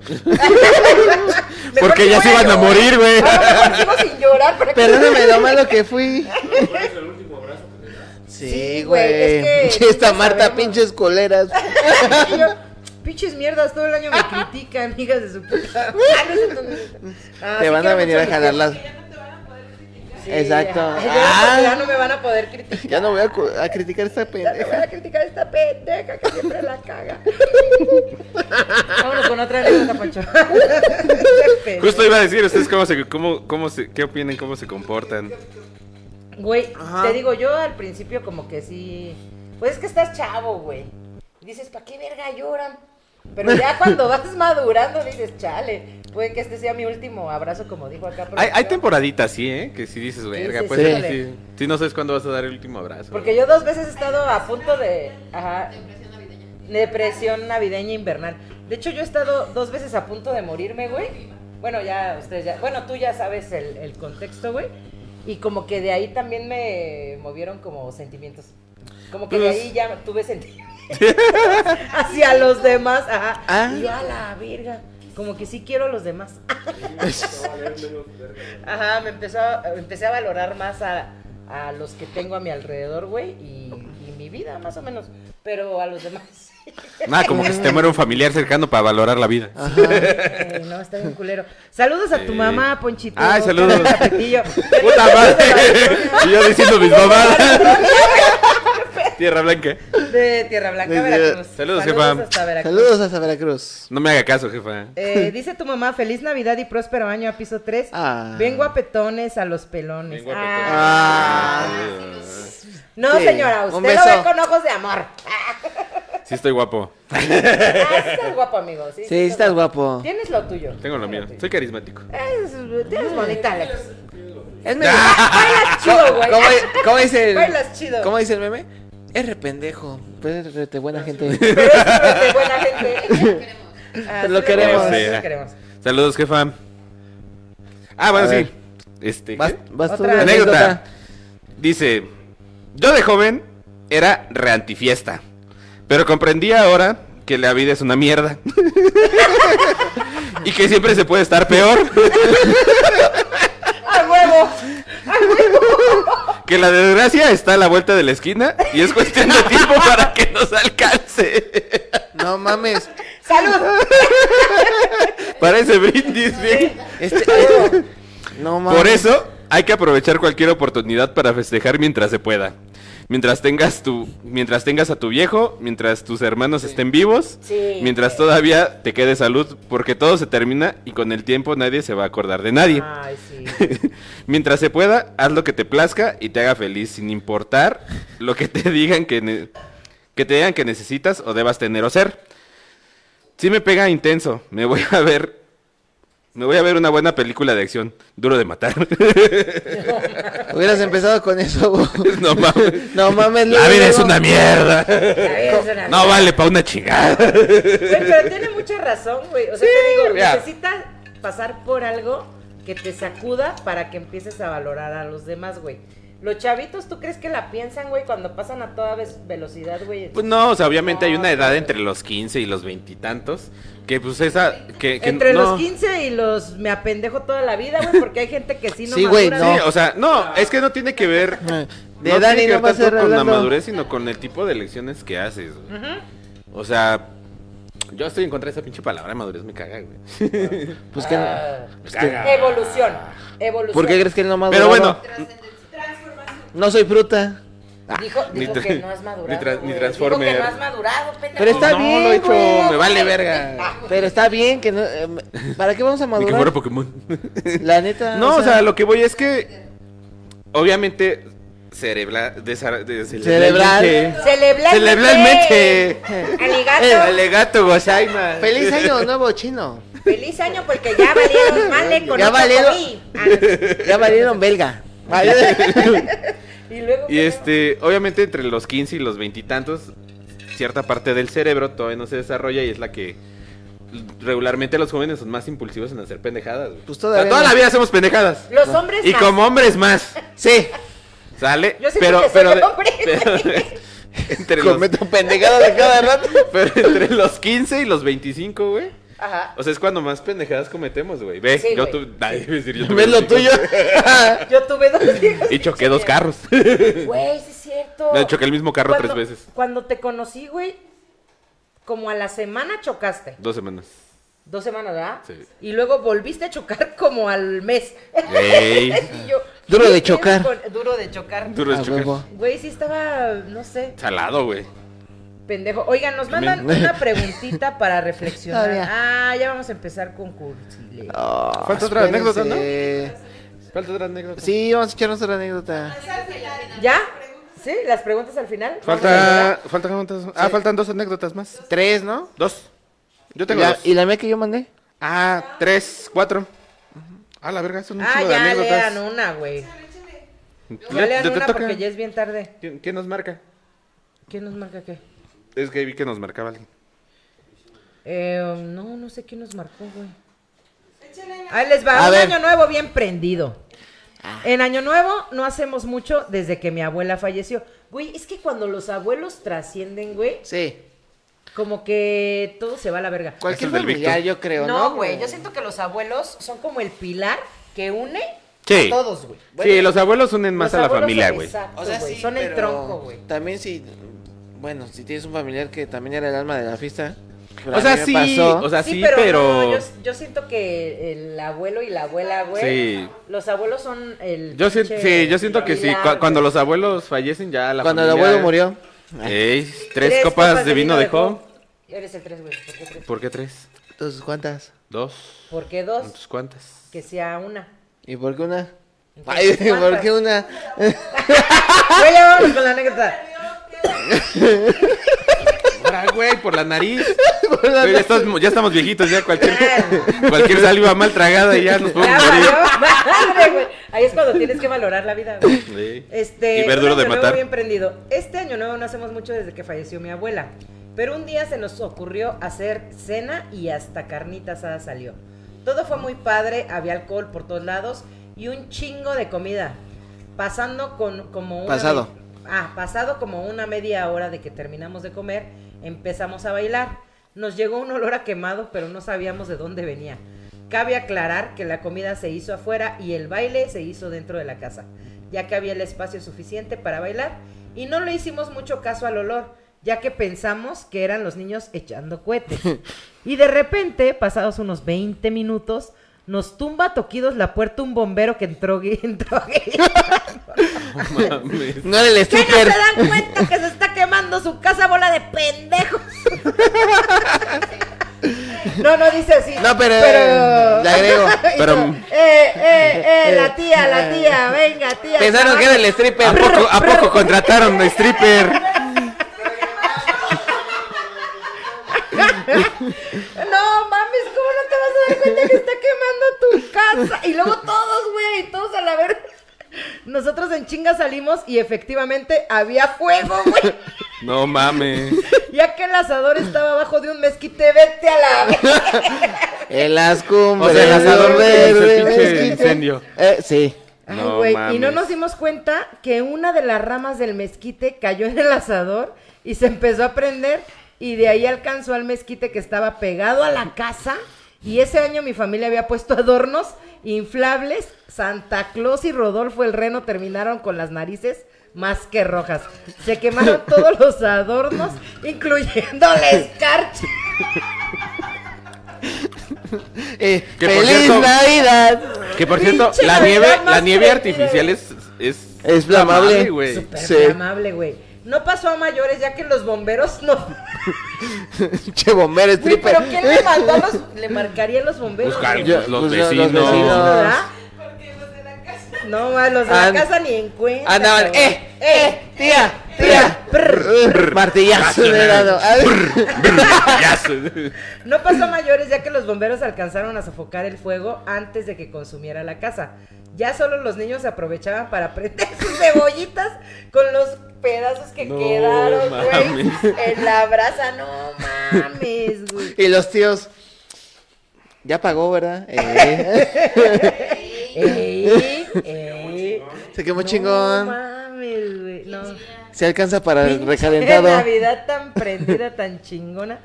Porque
que
ya se
fuera
iban a
llorar.
morir, güey.
No, mejor sigo sin llorar. para que-
perdóname lo malo que fui.
¿Cuál es el último abrazo que te das?
Sí,
Sí,
güey.
güey, es que
Esta
ya
Marta,
sabemos.
pinches coleras.
Y yo, Pinches mierdas, todo el año me critican, amigas de su puta. madre". Ah,
Te
sí
van a
quiero
venir a
mucho
jalar las.
Ya no te van a poder criticar.
Sí,
Exacto.
ya, ya,
Ah.
ya no me van a poder criticar.
Ya no voy a, cu- a criticar esta
Ya no voy
pendeja.
a criticar a esta pendeja que siempre la caga. Vámonos con otra anécdota, Pancho.
Justo iba a decir, ¿ustedes cómo se, cómo, cómo se, qué opinan, cómo se comportan?
Güey,
Ajá.
te digo, yo al principio como que sí. Pues es que estás chavo, güey. Dices, ¿para qué verga lloran? Pero ya cuando vas madurando dices, chale, puede que este sea mi último abrazo, como dijo acá.
Hay, hay
producción.
temporaditas, sí, ¿eh? Que si dices, verga,
sí,
pues
sí.
sí, sí. Sí, no sabes cuándo vas a dar el último abrazo.
Porque yo dos veces he estado a punto de. Ajá.
Depresión navideña.
Depresión navideña invernal. De hecho, yo he estado dos veces a punto de morirme, güey. Bueno, ya ustedes ya. Bueno, tú ya sabes el, el contexto, güey. Y como que de ahí también me movieron como sentimientos. Como que de
Pues-
ahí ya tuve sentimientos hacia los demás. Ajá.
Ah.
Y yo a la verga. Como que sí quiero a los demás.
Te va a valer menos verga.
Ajá, me empezó, empecé a valorar más a, a los que tengo a mi alrededor, güey, y, y mi vida, más o menos. Pero a los demás.
Nada, como que se te muere un familiar cercano para valorar la vida.
Ay, no, está bien culero. Saludos a tu
Sí.
mamá, Ponchito.
Ay, saludos.
Carlos Capetillo.
¡Puta madre! y yo diciendo mis mamadas. Tierra Blanca.
De Tierra Blanca,
Desde-
Veracruz.
Saludos, jefa.
hasta Veracruz.
Saludos hasta Veracruz.
No me haga caso, jefa.
Eh, dice tu mamá, feliz Navidad y próspero año a piso 3.
Ah.
Ven guapetones a los pelones.
Vengo a
Ah.
petar.
No,
Sí.
señora,
Un
usted lo
beso.
ve con ojos de amor.
Sí, estoy guapo.
Ah, sí estás guapo, amigo. Sí,
Sí, estás guapo.
Tienes lo tuyo.
Tengo lo mío.
Tienes
Soy carismático.
tuyo. Es- Tienes bonita, Alex.
Es meme.
Bailas chido, güey.
¿Cómo, cómo dice el,
Bailas chido.
Ah. ¿Cómo dice el meme? Es re pendejo. Pero Pues, es re de buena gente.
Pero es de buena gente.
Queremos.
Ah,
Lo
sí,
queremos.
sí,
Sí.
queremos.
Saludos, jefa. Ah, bueno,
A
sí.
ver.
Este.
Vas,
¿qué?
vas tú.
Otra
de
anécdota. Dice, yo de joven era reantifiesta, pero comprendí ahora que la vida es una mierda. y que siempre se puede estar peor,
¡A ¡Ah, huevo!
que la desgracia está a la vuelta de la esquina y es cuestión de tiempo para que nos alcance.
No mames.
¡Salud!
Parece brindis, bien.
Este, no mames.
Por eso hay que aprovechar cualquier oportunidad para festejar mientras se pueda. Mientras tengas tu, mientras tengas a tu viejo, mientras tus hermanos estén vivos,
Sí.
mientras todavía te quede salud, porque todo se termina y con el tiempo nadie se va a acordar de nadie.
Ay, sí.
Mientras se pueda, haz lo que te plazca y te haga feliz, sin importar lo que te digan que, ne- que te digan que necesitas o debas tener o ser. Si me pega intenso, me voy a ver. Me voy a ver una buena película de acción. Duro de matar.
Hubieras empezado con eso. güey.
no mames.
No mames.
La
luego,
vida es
luego.
una mierda.
La vida es una
No vale pa' una chingada.
Güey, pero tiene mucha razón, güey. O sea, te digo,
ya.
necesitas pasar por algo que te sacuda para que empieces a valorar a los demás, güey. Los chavitos, ¿tú crees que la piensan, güey, cuando pasan a toda vez- velocidad, güey?
Pues no, o sea, obviamente hay una edad entre los 15 y los veintitantos que pues esa que, que
Entre
no.
los 15 y los me apendejo toda la vida, güey, porque hay gente que sí no
Sí, güey,
madura,
Sí, o sea, no, es que no tiene que ver
De
no
Dani
tiene que
no
ver
va a
tanto
ser
con la
hablando.
madurez, sino con el tipo de elecciones que haces. güey. O sea, yo estoy en contra de esa pinche palabra, madurez me caga, güey.
Pues que no-
Ah,
pues que-
caga.
Evolución, evolución.
¿Por qué crees que él no maduró?
Pero bueno,
Trascendencia. Transformación.
No soy fruta.
Dijo,
ni
dijo
tra-
que no has madurado.
ni tra- ni
güey.
Transformer.
Dijo que no has madurado, pendejo.
Pero está
Pues no
bien,
lo he hecho,
güey.
me vale verga.
Pero está bien que no. eh, ¿Para qué vamos a
Ni que
madurar?
fuera Pokémon.
La neta.
No, o sea, lo que voy es que obviamente cerebral
Cerebral.
cerebralmente
Aligato.
Alegato Goshaima.
Feliz año nuevo chino.
Feliz año porque ya valieron mal con
Ya
otro
valieron.
comí. Ah,
Ya valieron belga.
Y luego
Y este, obviamente entre los 15 y los veintitantos, cierta parte del cerebro todavía no se desarrolla y es la que regularmente los jóvenes son más impulsivos en hacer pendejadas, güey.
Pues todavía
O sea, toda
no.
la vida hacemos pendejadas.
Los hombres
Y
más.
como hombres más. Sí. ¿Sale?
Yo siento
pero,
que soy
pero,
el
de-
hombre.
pero- entre los,
Cometo pendejadas de cada rato.
pero entre los 15 y los 25, güey.
Ajá.
O sea, es cuando más pendejadas cometemos, güey. Ve,
Sí,
yo
güey.
tuve. Nadie iba a decir, yo tuve
¿Ves lo
dos
tuyo?
hijos.
Yo tuve dos hijos.
Y choqué dos carros.
Güey, sí es cierto.
No, choqué el mismo carro
Cuando-
tres veces.
Cuando te conocí, güey, como a la semana chocaste.
Dos semanas.
Dos semanas, ¿verdad?
Sí.
Y luego volviste a chocar como al mes.
Güey.
Y yo,
Duro
¿qué
de
pedo
chocar.
con- Duro de chocar.
Duro es
A
chocar.
huevo.
Güey, sí estaba, no sé,
Salado, güey.
pendejo. Oigan, nos mandan
También.
una preguntita para reflexionar.
Todavía.
Ah, ya vamos a empezar con Cursile.
Ah,
Falta otra anécdota, ¿no?
espérense.
Falta otra anécdota.
Sí, vamos a echarnos otra anécdota.
¿Ya? ¿Sí? ¿Las preguntas al final?
Falta. Faltan cuántas- Ah, faltan dos anécdotas más.
Tres, ¿no?
Dos. Yo
¿Y
tengo
la,
dos.
y la mía que yo mandé?
Ah, tres, cuatro. Ah, la verga, son un
Ah,
chingo de
ya
anécdotas.
lean una, güey. Ya
Le-
lean
te- te
una
toca.
porque ya es bien tarde.
¿Quién, quién nos marca?
¿Quién nos marca qué?
Es que vi que nos marcaba alguien.
Eh, no, no sé quién nos marcó, güey. Ahí les va.
A
un
ver.
año nuevo bien prendido. En año nuevo no hacemos mucho desde que mi abuela falleció. Güey, es que cuando los abuelos trascienden, güey,
Sí.
como que todo se va a la verga.
Cualquier
el del
familiar,
Víctor.
yo creo, ¿no?
No, güey, yo siento que los abuelos son como el pilar que une
Sí.
a todos, güey.
sí, los abuelos unen más
Los
a la
abuelos
familia,
son
güey.
exactos,
O sea,
güey,
sí,
son el
pero
tronco, güey.
También si, bueno, si tienes un familiar que también era el alma de la fiesta. pero
O
a
sea,
mí me
sí,
pasó.
o sea, Ah, sí,
no,
pero...
yo, yo siento que el abuelo y la abuela, güey.
Sí.
Los abuelos son el.
Yo siento,
pinche
sí, yo siento que sí.
pilar,
cu-
güey.
cuando los abuelos fallecen ya la
cuando el
familia-
abuelo murió.
Ey, tres, copas, de vino dejó.
Eres el tres, güey. ¿Por qué tres?
¿Por qué tres?
Entonces, ¿cuántas?
Dos.
¿Por qué dos?
¿Entonces cuántas?
Que sea una.
¿Y por qué una? Ay,
Entonces,
¿por
¿cuántas?
qué una?
Güey, ya vamos con la anécdota.
Ahora, güey, por la nariz.
Por la
Güey, ya,
noche.
estás- ya estamos viejitos, ya cualquier,
Ay.
cualquier saliva mal tragada y ya nos
Ya
podemos morir.
valió madre, güey. Ahí es cuando tienes que valorar la vida, güey.
Sí.
Este,
Y ver duro
un
de
año nuevo
matar.
bien prendido. Este año nuevo no hacemos mucho desde que falleció mi abuela. Pero un día se nos ocurrió hacer cena y hasta carnita asada salió. Todo fue muy padre, había alcohol por todos lados y un chingo de comida. Pasando con como una
Pasado.
me- ah, pasado como una media hora de que terminamos de comer, empezamos a bailar. Nos llegó un olor a quemado, pero no sabíamos de dónde venía. Cabe aclarar que la comida se hizo afuera y el baile se hizo dentro de la casa, ya que había el espacio suficiente para bailar y no le hicimos mucho caso al olor, ya que pensamos que eran los niños echando cohetes. Y de repente, pasados unos 20 minutos, nos tumba a toquidos la puerta un bombero que entró, gui- entró gui-
Mames.
No era el
¿Qué no se
sticker.
dan cuenta que se está quemando su casa bola de pendejos? No, no dice así.
No, pero, eh, le agrego,
pero-
Eh, eh, eh, la tía, la
Eh,
tía, venga, tía.
Pensaron que era el
¿A
stripper.
poco, ¿A poco contrataron de stripper?
No mames, ¿cómo no te vas a dar cuenta que está quemando tu casa? Y luego todos, güey, todos a la verga. Nosotros en chinga salimos y efectivamente había fuego, güey.
No mames.
Ya que el asador estaba abajo de un mezquite, vete a la verga.
El ascumbre.
O sea, el asador
verde,
con el pinche
mezquite.
incendio.
Eh, sí.
Ay,
No
güey, y
mames.
no nos dimos cuenta que una de las ramas del mezquite cayó en el asador y se empezó a prender y de ahí alcanzó al mezquite que estaba pegado a la casa y ese año mi familia había puesto adornos inflables, Santa Claus y Rodolfo el Reno terminaron con las narices más que rojas. Se quemaron todos los adornos, incluyendo la escarcha.
Eh,
Que por
¡Feliz
cierto-
Navidad!
Que por cierto,
Pinche
la
Navidad
nieve,
más
la nieve
prendida,
artificial
güey.
es es
Es flamable.
inflamable, güey.
Súper
Sí.
flamable, güey. No pasó a mayores ya que los bomberos no
Che, bombero,
Güey,
stripper.
pero ¿quién le mandó a los, le marcaría a los bomberos?
Buscar-
güey?
Yo- Los
pues,
vecinos.
¿Verdad?
Porque los de la casa.
No, más los de la
And-
casa ni en cuenta.
Andaban,
cabrón.
eh, eh, tía, tía. Martillazo
Brr.
de dado. A ver.
Ya sé.
No pasó a mayores ya que los bomberos alcanzaron a sofocar el fuego antes de que consumiera la casa. Ya solo los niños se aprovechaban para prender sus cebollitas con los pedazos que
No
quedaron, güey.
mames.
En la brasa, no mames, güey.
Y los tíos, Ya pagó, ¿verdad? Eh,
Ey, ey.
se quemó
No
chingón.
mames, güey. No.
Se alcanza para el
Pinche
recalentado.
Navidad tan prendida, tan chingona.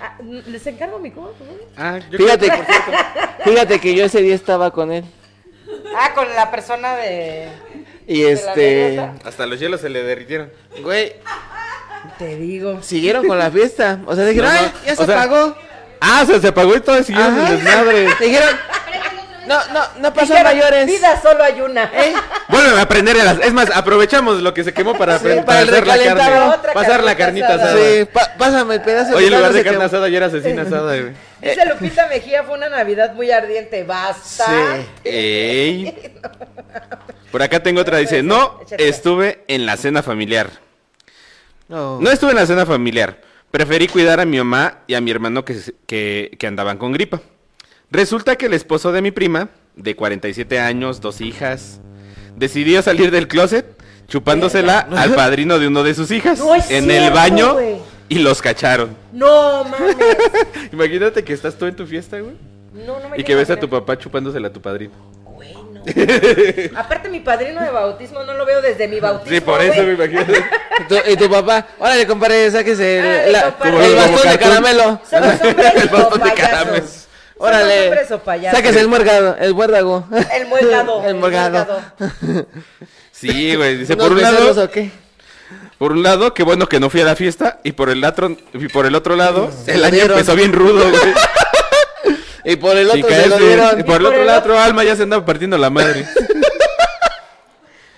Ah, Les encargo mi cubo, por favor?
Ah, yo
Fíjate, fíjate que yo ese día estaba con él.
Ah, con la persona de.
Y
la
este.
anécdota.
Hasta los hielos se le derritieron.
Güey,
Te digo.
siguieron con la fiesta. O sea, dijeron,
No, no,
"Ay, ya
o
se
sea,
pagó.
Ah, o sea, se apagó y todo siguió
Ajá.
sin desmadre.
Dijeron,
Préndelo otra vez.
no, no, no pasó a
Dijeron,
mayores.
Vida solo hay una.
¿Eh?
Vuelven a prender las. Es más, aprovechamos lo que se quemó para,
Sí,
pre-
para el
hacer la
recalentado.
carne.
Otra
Pasar la
carnita
carnita asada.
asada.
Sí, pa- pásame el pedazo
Oye, en
pan,
lugar
no
de
sé
carne
qué-
asada ya era asesina asada, güey.
Dice Lupita Mejía, fue una Navidad muy ardiente. Basta.
Sí.
Ey. Por acá tengo otra, dice, no
Échatela.
estuve en la cena familiar.
No.
No estuve en la cena familiar. Preferí cuidar a mi mamá y a mi hermano que, se- que- que andaban con gripa. Resulta que el esposo de mi prima, de 47 años, dos hijas, decidió salir del closet chupándosela al padrino de uno de sus hijas
No es
en el
cierto,
baño
güey.
y los cacharon.
No mames.
Imagínate que estás tú en tu fiesta, güey,
No, no me
y que ves a tu
papá.
papá chupándosela a tu padrino.
Güey, no. Aparte, mi padrino de bautismo no lo veo desde mi bautismo.
Sí, por eso
güey.
me imagino.
Tu- y tu papá, órale, compadre, sáquese el,
Órale,
la-
compadre.
el
Como- como
bastón de
cartoon.
caramelo.
Somos hombres o
bastón de calames.
payasos. Somos
Órale,
hombres o payasos.
sáquese el muérgado, el muérdago.
El muérgado.
El muérgado.
Sí, güey, dice,
¿Unos
por un lado...
becerros o qué?
Por un lado, qué bueno que no fui a la fiesta. Y por el, atro- y por el otro lado, el
lo
año
dieron.
empezó bien rudo, güey.
Y por el
Sin
otro se lo
caerse.
dieron.
Y por el
por
otro
el
lado,
otro-
Alma ya se andaba partiendo la madre.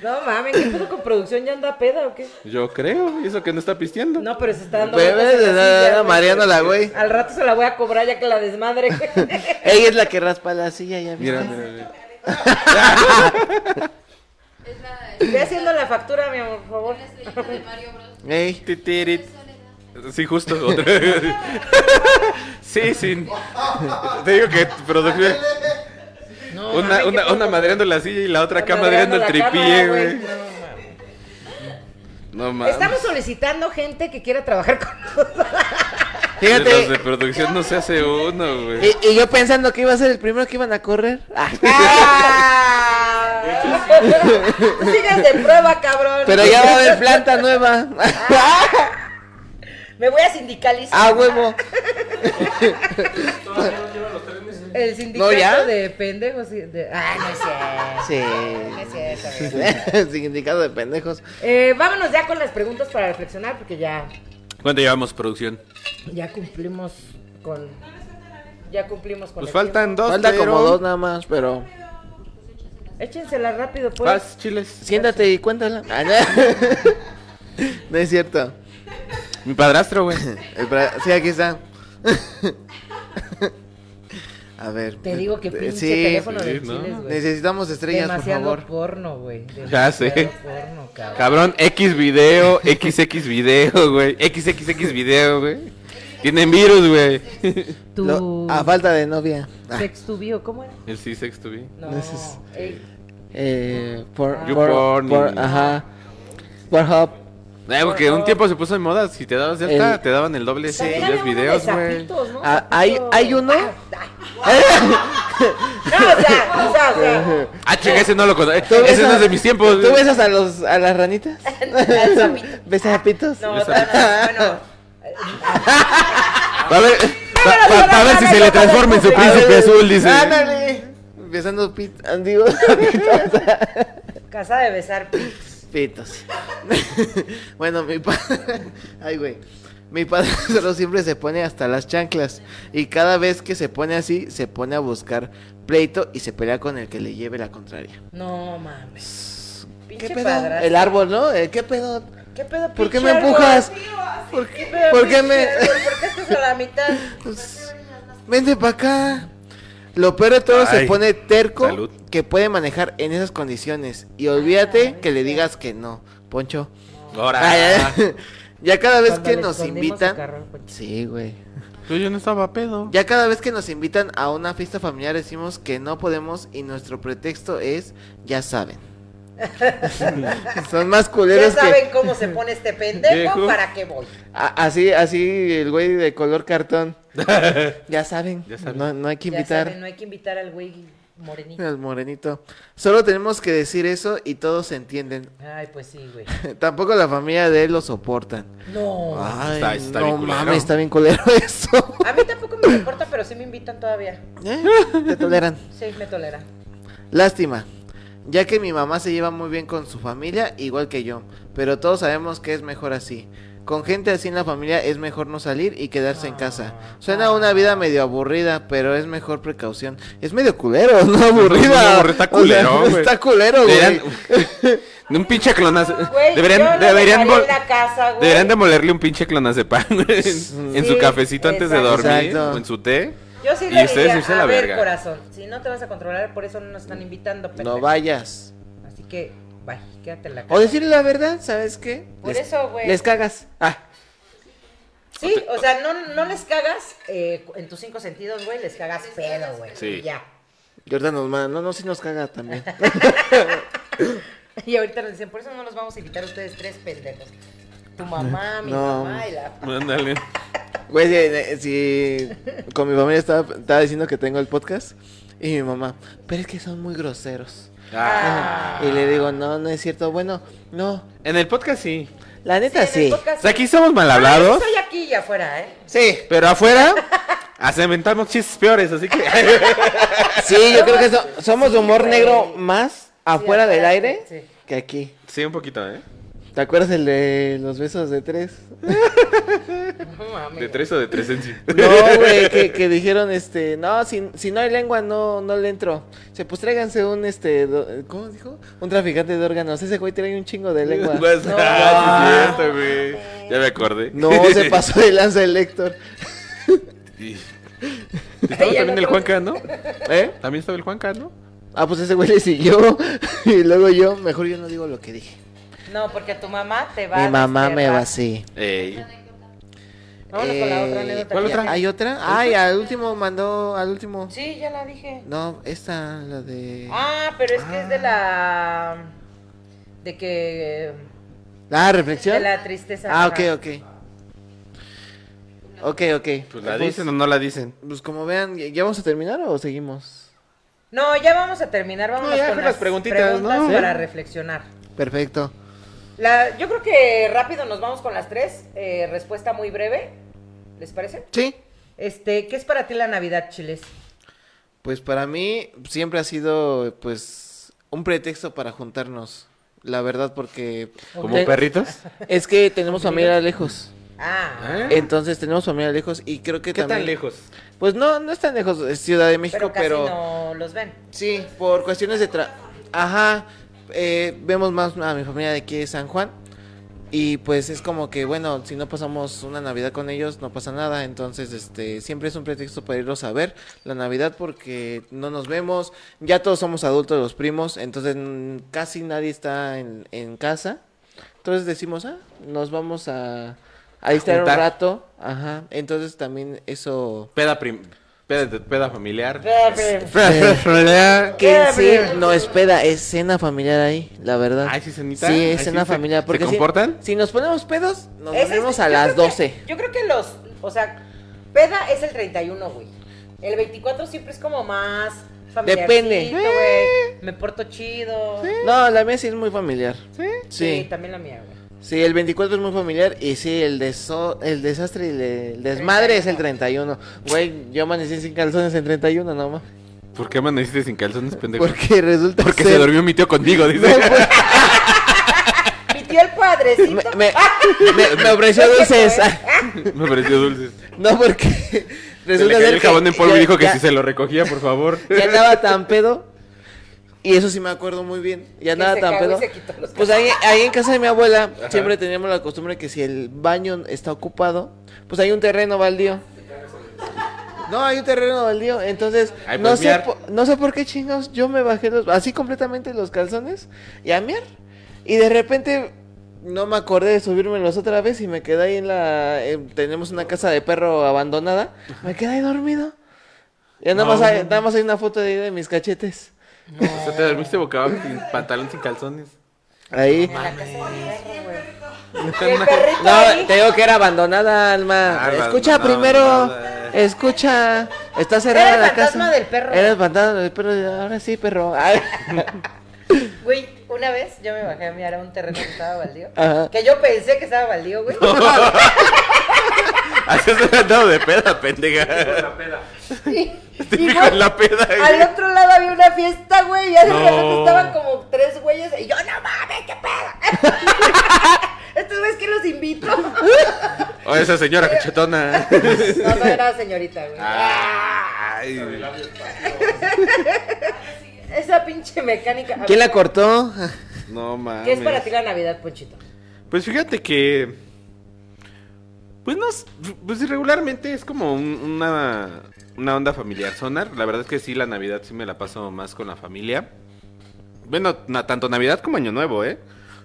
No mames, ¿qué pedo con producción? ¿Ya anda peda o qué?
Yo creo, y eso que no está pisteando.
No, pero se está dando.
Pues,
vueltas en la
la- la-
silla,
la-
güey.
mareándola, güey.
Al rato se la voy a cobrar ya que la desmadre.
Ella es la que raspa la silla, ya
Mira,
viste.
mira, mira.
Es la.
Ve haciendo la factura, mi amor, por favor.
Es la estrellita de Mario Bros.
Ey,
Ti, ti, ri.
Soledad.
Sí, justo. otra vez. sí, sí. Te digo que producción.
No,
Una,
mames, qué
una,
poco.
una madreando la silla y la otra acá
Está
madreando el
la cámara,
tripié, güey.
No, mames.
No mames.
Estamos solicitando gente que quiera trabajar con
De los de
fíjate.
producción no se hace uno, güey.
Y, y yo pensando que iba a ser el primero que iban a correr. Ah,
¡Ah! Sigas de prueba, cabrón.
pero ya va a haber planta nueva.
Ah. Me voy a sindicalizar.
ah, huevo.
Todavía no llevan los tres meses.
El sindicato
¿No, ya?
de pendejos. y De... Ah, no es cierto.
Sí.
No es cierto, amigo.
Significado de pendejos.
Eh, vámonos ya con las preguntas para reflexionar, porque ya,
¿Cuánto llevamos producción?
ya cumplimos con. Ya cumplimos con.
Pues
el
faltan dos.
Falta
pero-
como dos nada más, pero.
tiempo. Échensela rápido, pues.
Vas, chiles.
Siéntate y cuéntala. Ah, no. No es cierto.
Mi padrastro, güey.
El bra- Sí, aquí está. A ver.
Te digo que
eh,
pinche
sí,
teléfono de
sí, ¿no?
chiles, güey.
Necesitamos estrellas,
Demasiado
por favor.
porno, güey.
Ya sé.
Demasiado Porno, cabrón.
Cabrón, X video, XX video, güey. XXX video, güey. Tienen virus, güey.
Tu
Lo- A falta de novia. Ah,
sextubio, ¿cómo era?
El C-Sex to be.
No.
Ese es-
ey,
eh, por, por,
YouPorn
por-
y-
ajá. Pornhub.
Eh, porque un tiempo se puso de moda. Si te dabas de alta,
El-
te daban el doble
También
C.
había
Los
uno de
videos, güey.
sapitos, ¿no?
Ah, hay-
Sapito.
hay uno.
Ah, ah. No, o sea, o sea, o sea.
Ah, chica, ese no lo conozco.
¿Tú
Ese no
besas-
es de mis tiempos.
¿Tú
güey.
besas a, los, a las ranitas?
Al sapito.
¿Besas a pitos?
No,
Yo
no,
sabía.
no, bueno.
Pa' ver, pa-
Vámonos,
pa- pa' ver
vámonos,
si se le
vámonos,
transforma en su
A
príncipe
ver, Ah,
azul, dice.
Ándale. Besando pitos. Digo,
Casa de besar pics.
pitos. bueno, mi padre. Ay, güey. Mi padre solo siempre se pone hasta las chanclas. Y cada vez que se pone así, se pone a buscar pleito y se pelea con el que le lleve la contraria.
No mames. Pinche
¿Qué pedo?
padrastro.
El árbol, ¿no? Eh, ¿Qué pedo?
¿Qué pedo,
¿Por qué
pinche
me
árbol?
empujas?
¿Por qué, pedo,
por qué
pinche
me-
árbol? ¿Por qué estás a la mitad?
Pues, vente para acá. Lo peor de todo se
Ay,
pone terco
salud.
que puede manejar en esas condiciones. Y olvídate que le digas que no, Poncho.
Ahora.
Ah, ya, ya cada vez
Cuando
que
le
nos
escondimos
invitan.
el carro, pues.
Sí, güey.
Yo, yo no estaba pedo.
Ya cada vez que nos invitan a una fiesta familiar decimos que no podemos y nuestro pretexto es, ya saben. Son más
Ya
culeros
saben
que...
cómo se pone este pendejo,
Viejo.
¿para qué voy?
A- así, así el güey de color cartón. ya saben.
Ya saben.
No, no hay que
Ya
invitar.
saben, no hay que invitar al güey morenito.
Al morenito. Solo tenemos que decir eso y todos se entienden.
Ay, pues sí, güey.
Tampoco la familia de él lo soportan.
No.
Ay,
Ah, está- está
no
bien culero.
mames, está bien culero eso.
A mí tampoco me importa, pero sí me invitan todavía.
Eh, Te toleran.
Sí, me tolera.
Lástima, ya que mi mamá se lleva muy bien con su familia, igual que yo, pero todos sabemos que es mejor así. Con gente así en la familia es mejor no salir y quedarse en casa. Suena una vida medio aburrida, pero es mejor precaución. Es medio culero, no aburrida.
aburrida, está
O sea,
culero, güey.
está culero, güey.
Deberían, un pinche clonazo.
Güey, yo
Deberían,
lo
deberían,
dejaría
mol-
en la casa, güey.
deberían demolerle un pinche clonazepam güey, en, en
Sí,
su cafecito antes de
exacto.
dormir
Exacto.
o en su té.
Yo sí
Y
le
ustedes
diría,
irse a
a
la
ver,
verga".
corazón, si no te vas a controlar, por eso no nos están invitando, pendejo.
No vayas.
Así que, bye, quédate en la casa.
O decirle la verdad, ¿sabes qué?
Por eso, güey.
Les cagas. Ah,
Sí, o sea, no, no les cagas eh, en tus cinco sentidos, güey, les cagas pedo, güey.
Sí.
Ya.
y ahorita nos manda. No, no, si nos caga también.
Y ahorita nos dicen, por eso no los vamos a invitar a ustedes tres pendejos. Tu mamá, mi
No.
mamá y la...
Ándale.
Güey, si, si- con mi familia estaba, estaba diciendo que tengo el podcast y mi mamá, pero es que son muy groseros.
Ah.
Y le digo, no, no es cierto. Bueno, no,
En el podcast sí.
la neta
Sí, en el
sí.
O
podcast, Ah,
sea, aquí somos mal
Yo
hablados,
estoy aquí y afuera, ¿eh?
Sí,
pero afuera acementamos chistes peores, así que.
sí, yo creo que so- somos de humor
güey.
negro más afuera del
afuera,
aire
sí.
que aquí.
sí, un poquito, ¿eh?
¿Te acuerdas el de los besos de tres?
No mames.
De tres o de tres en sí.
No, güey, que, que dijeron, este, no, si, si no hay lengua, no, no le entro. Se pues tráiganse un, este, do- ¿cómo dijo? Un traficante de órganos. Ese güey trae un chingo de lengua.
Pues, ah, sí es cierto, güey. Ya me acordé.
No, se pasó de lanza el Héctor.
Y- Estaba
ya no
también el
creo.
Juanca, ¿no?
¿Eh?
También estaba el Juanca, ¿no?
Ah, pues ese güey le siguió. Y luego yo, mejor yo no digo lo que dije.
No, porque tu mamá te va
Mi
a
mamá me
desterrar.
va así.
Ey.
Vámonos con la otra
Eh,
anécdota.
¿cuál
que ya
otra?
dije.
¿Hay otra? Ay, al último mandó, al último.
Sí, ya la dije.
No, esta, la de...
Ah, pero es que es de la... De que...
Ah, reflexión.
De la tristeza.
Ah,
ajá.
ok, ok. Ok, ok.
Pues la dicen o no la dicen.
Pues como vean, ¿ya ya vamos a terminar o seguimos?
No, ya vamos a terminar. Vamos
No, ya
con
con
las
las preguntitas,
preguntas
¿no?
para
Sí.
reflexionar.
Perfecto.
La- yo creo que rápido nos vamos con las tres. Eh, respuesta muy breve. ¿Les parece?
Sí.
Este, ¿qué es para ti la Navidad, Chiles?
Pues para mí siempre ha sido pues un pretexto para juntarnos. La verdad porque
¿Como
Te-
perritos?
es que tenemos familia lejos.
Ah,
¿Eh?
Entonces tenemos familia lejos y creo que
¿Qué
también
tan lejos?
Pues no no es tan lejos, es Ciudad de México,
pero casi
pero,
no los ven.
sí, por cuestiones de tra ajá, eh, vemos más a mi familia de aquí de San Juan y pues es como que bueno, si no pasamos una Navidad con ellos no pasa nada, entonces este siempre es un pretexto para irlos a ver la Navidad porque no nos vemos, ya todos somos adultos los primos, entonces mm, casi nadie está en, en casa. Entonces decimos, ah, nos vamos a, a distraer un
juntar.
rato. Ajá. Entonces también eso.
Peda, prim- peda, peda familiar.
Que en sí
Gabriel.
no espera, es cena familiar ahí, la verdad.
Ay, sí, cenita.
Sí, es
Ay,
cena
sí, se-
familiar.
¿se
Porque si-
comportan?
Si, nos ponemos pedos, nos
Ese es-
vemos a
yo
las
creo que-
12.
yo creo que los, o sea, peda es el 31, güey. El 24 siempre es como más familiarcito,
Depende.
güey. Me porto chido.
No, la mía sí es muy familiar. ¿Sí?
Sí,
Sí.
también la mía, güey.
el 24 es muy familiar. Y sí, el, deso- el desastre y le- el desmadre es el 31. Güey, yo amanecí sin calzones en 31 nomás.
¿Por qué amaneciste sin calzones, pendejo?
Porque resulta
Porque
ser-
se durmió mi tío conmigo,
No,
dice.
pues,
Mi tío el
me,
padrecito.
me-
Ah.
me- me ofreció dulces.
¿eh?
Me pareció dulce.
No, porque
Se le
resulta
cayó
ser
el jabón
que
en polvo
ya-
y dijo que
ya-
si se lo recogía, por favor.
ya andaba tan pedo. Y eso sí me acuerdo muy bien. Ya
Que
andaba
se
tan
cagó y
pedo.
se quitó los
Pues ahí, ahí en casa de mi abuela siempre teníamos la costumbre que si el baño está ocupado, pues hay un terreno baldío. No, hay un terreno baldío. Entonces,
Ahí
no,
puedes
sé
pues miar.
po- no sé por qué chingados yo me bajé los, así completamente los calzones y a miar. Y de repente no me acordé de subírmelos otra vez y me quedé ahí en la... eh, tenemos una casa de perro abandonada. Me quedé ahí dormido. Ya nada,
No,
más hay,
no,
nada más hay una foto de, ahí de mis cachetes.
O sea, te dormiste boca abajo sin pantalón, sin calzones.
Ahí.
En la casa de mi perro, güey.
Neta,
Y el
una-
perrito ahí.
No, te digo que era abandonada, Alma.
Ah,
escucha
abandonada,
primero.
abandonada.
Escucha. Está cerrada
Era el
la casa.
fantasma del perro.
Era el fantasma del perro. Ahora sí, perro. Ay.
Güey, una vez yo me bajé a mirar a un terreno que estaba baldío.
Ajá.
Que yo pensé que estaba baldío, güey.
Así se me han dado de peda, pendeja. Típico
güey,
en la peda.
Al
güey.
otro lado había una fiesta, güey. Y de
No.
repente estaban como tres güeyes. Y yo, no mames, qué pedo. Estos güeyes que los invito.
O esa señora cachetona.
No, no era señorita, güey.
Ah.
Ay.
Esa pinche mecánica. A
¿Quién
ver,
la cortó?
No mames.
¿Qué es para ti la Navidad, Ponchito?
Pues fíjate que. Pues no. s- Pues regularmente es como un- una, una onda familiar sonar. La verdad es que sí, la Navidad sí me la paso más con la familia. Bueno, na- tanto Navidad como Año Nuevo, ¿eh?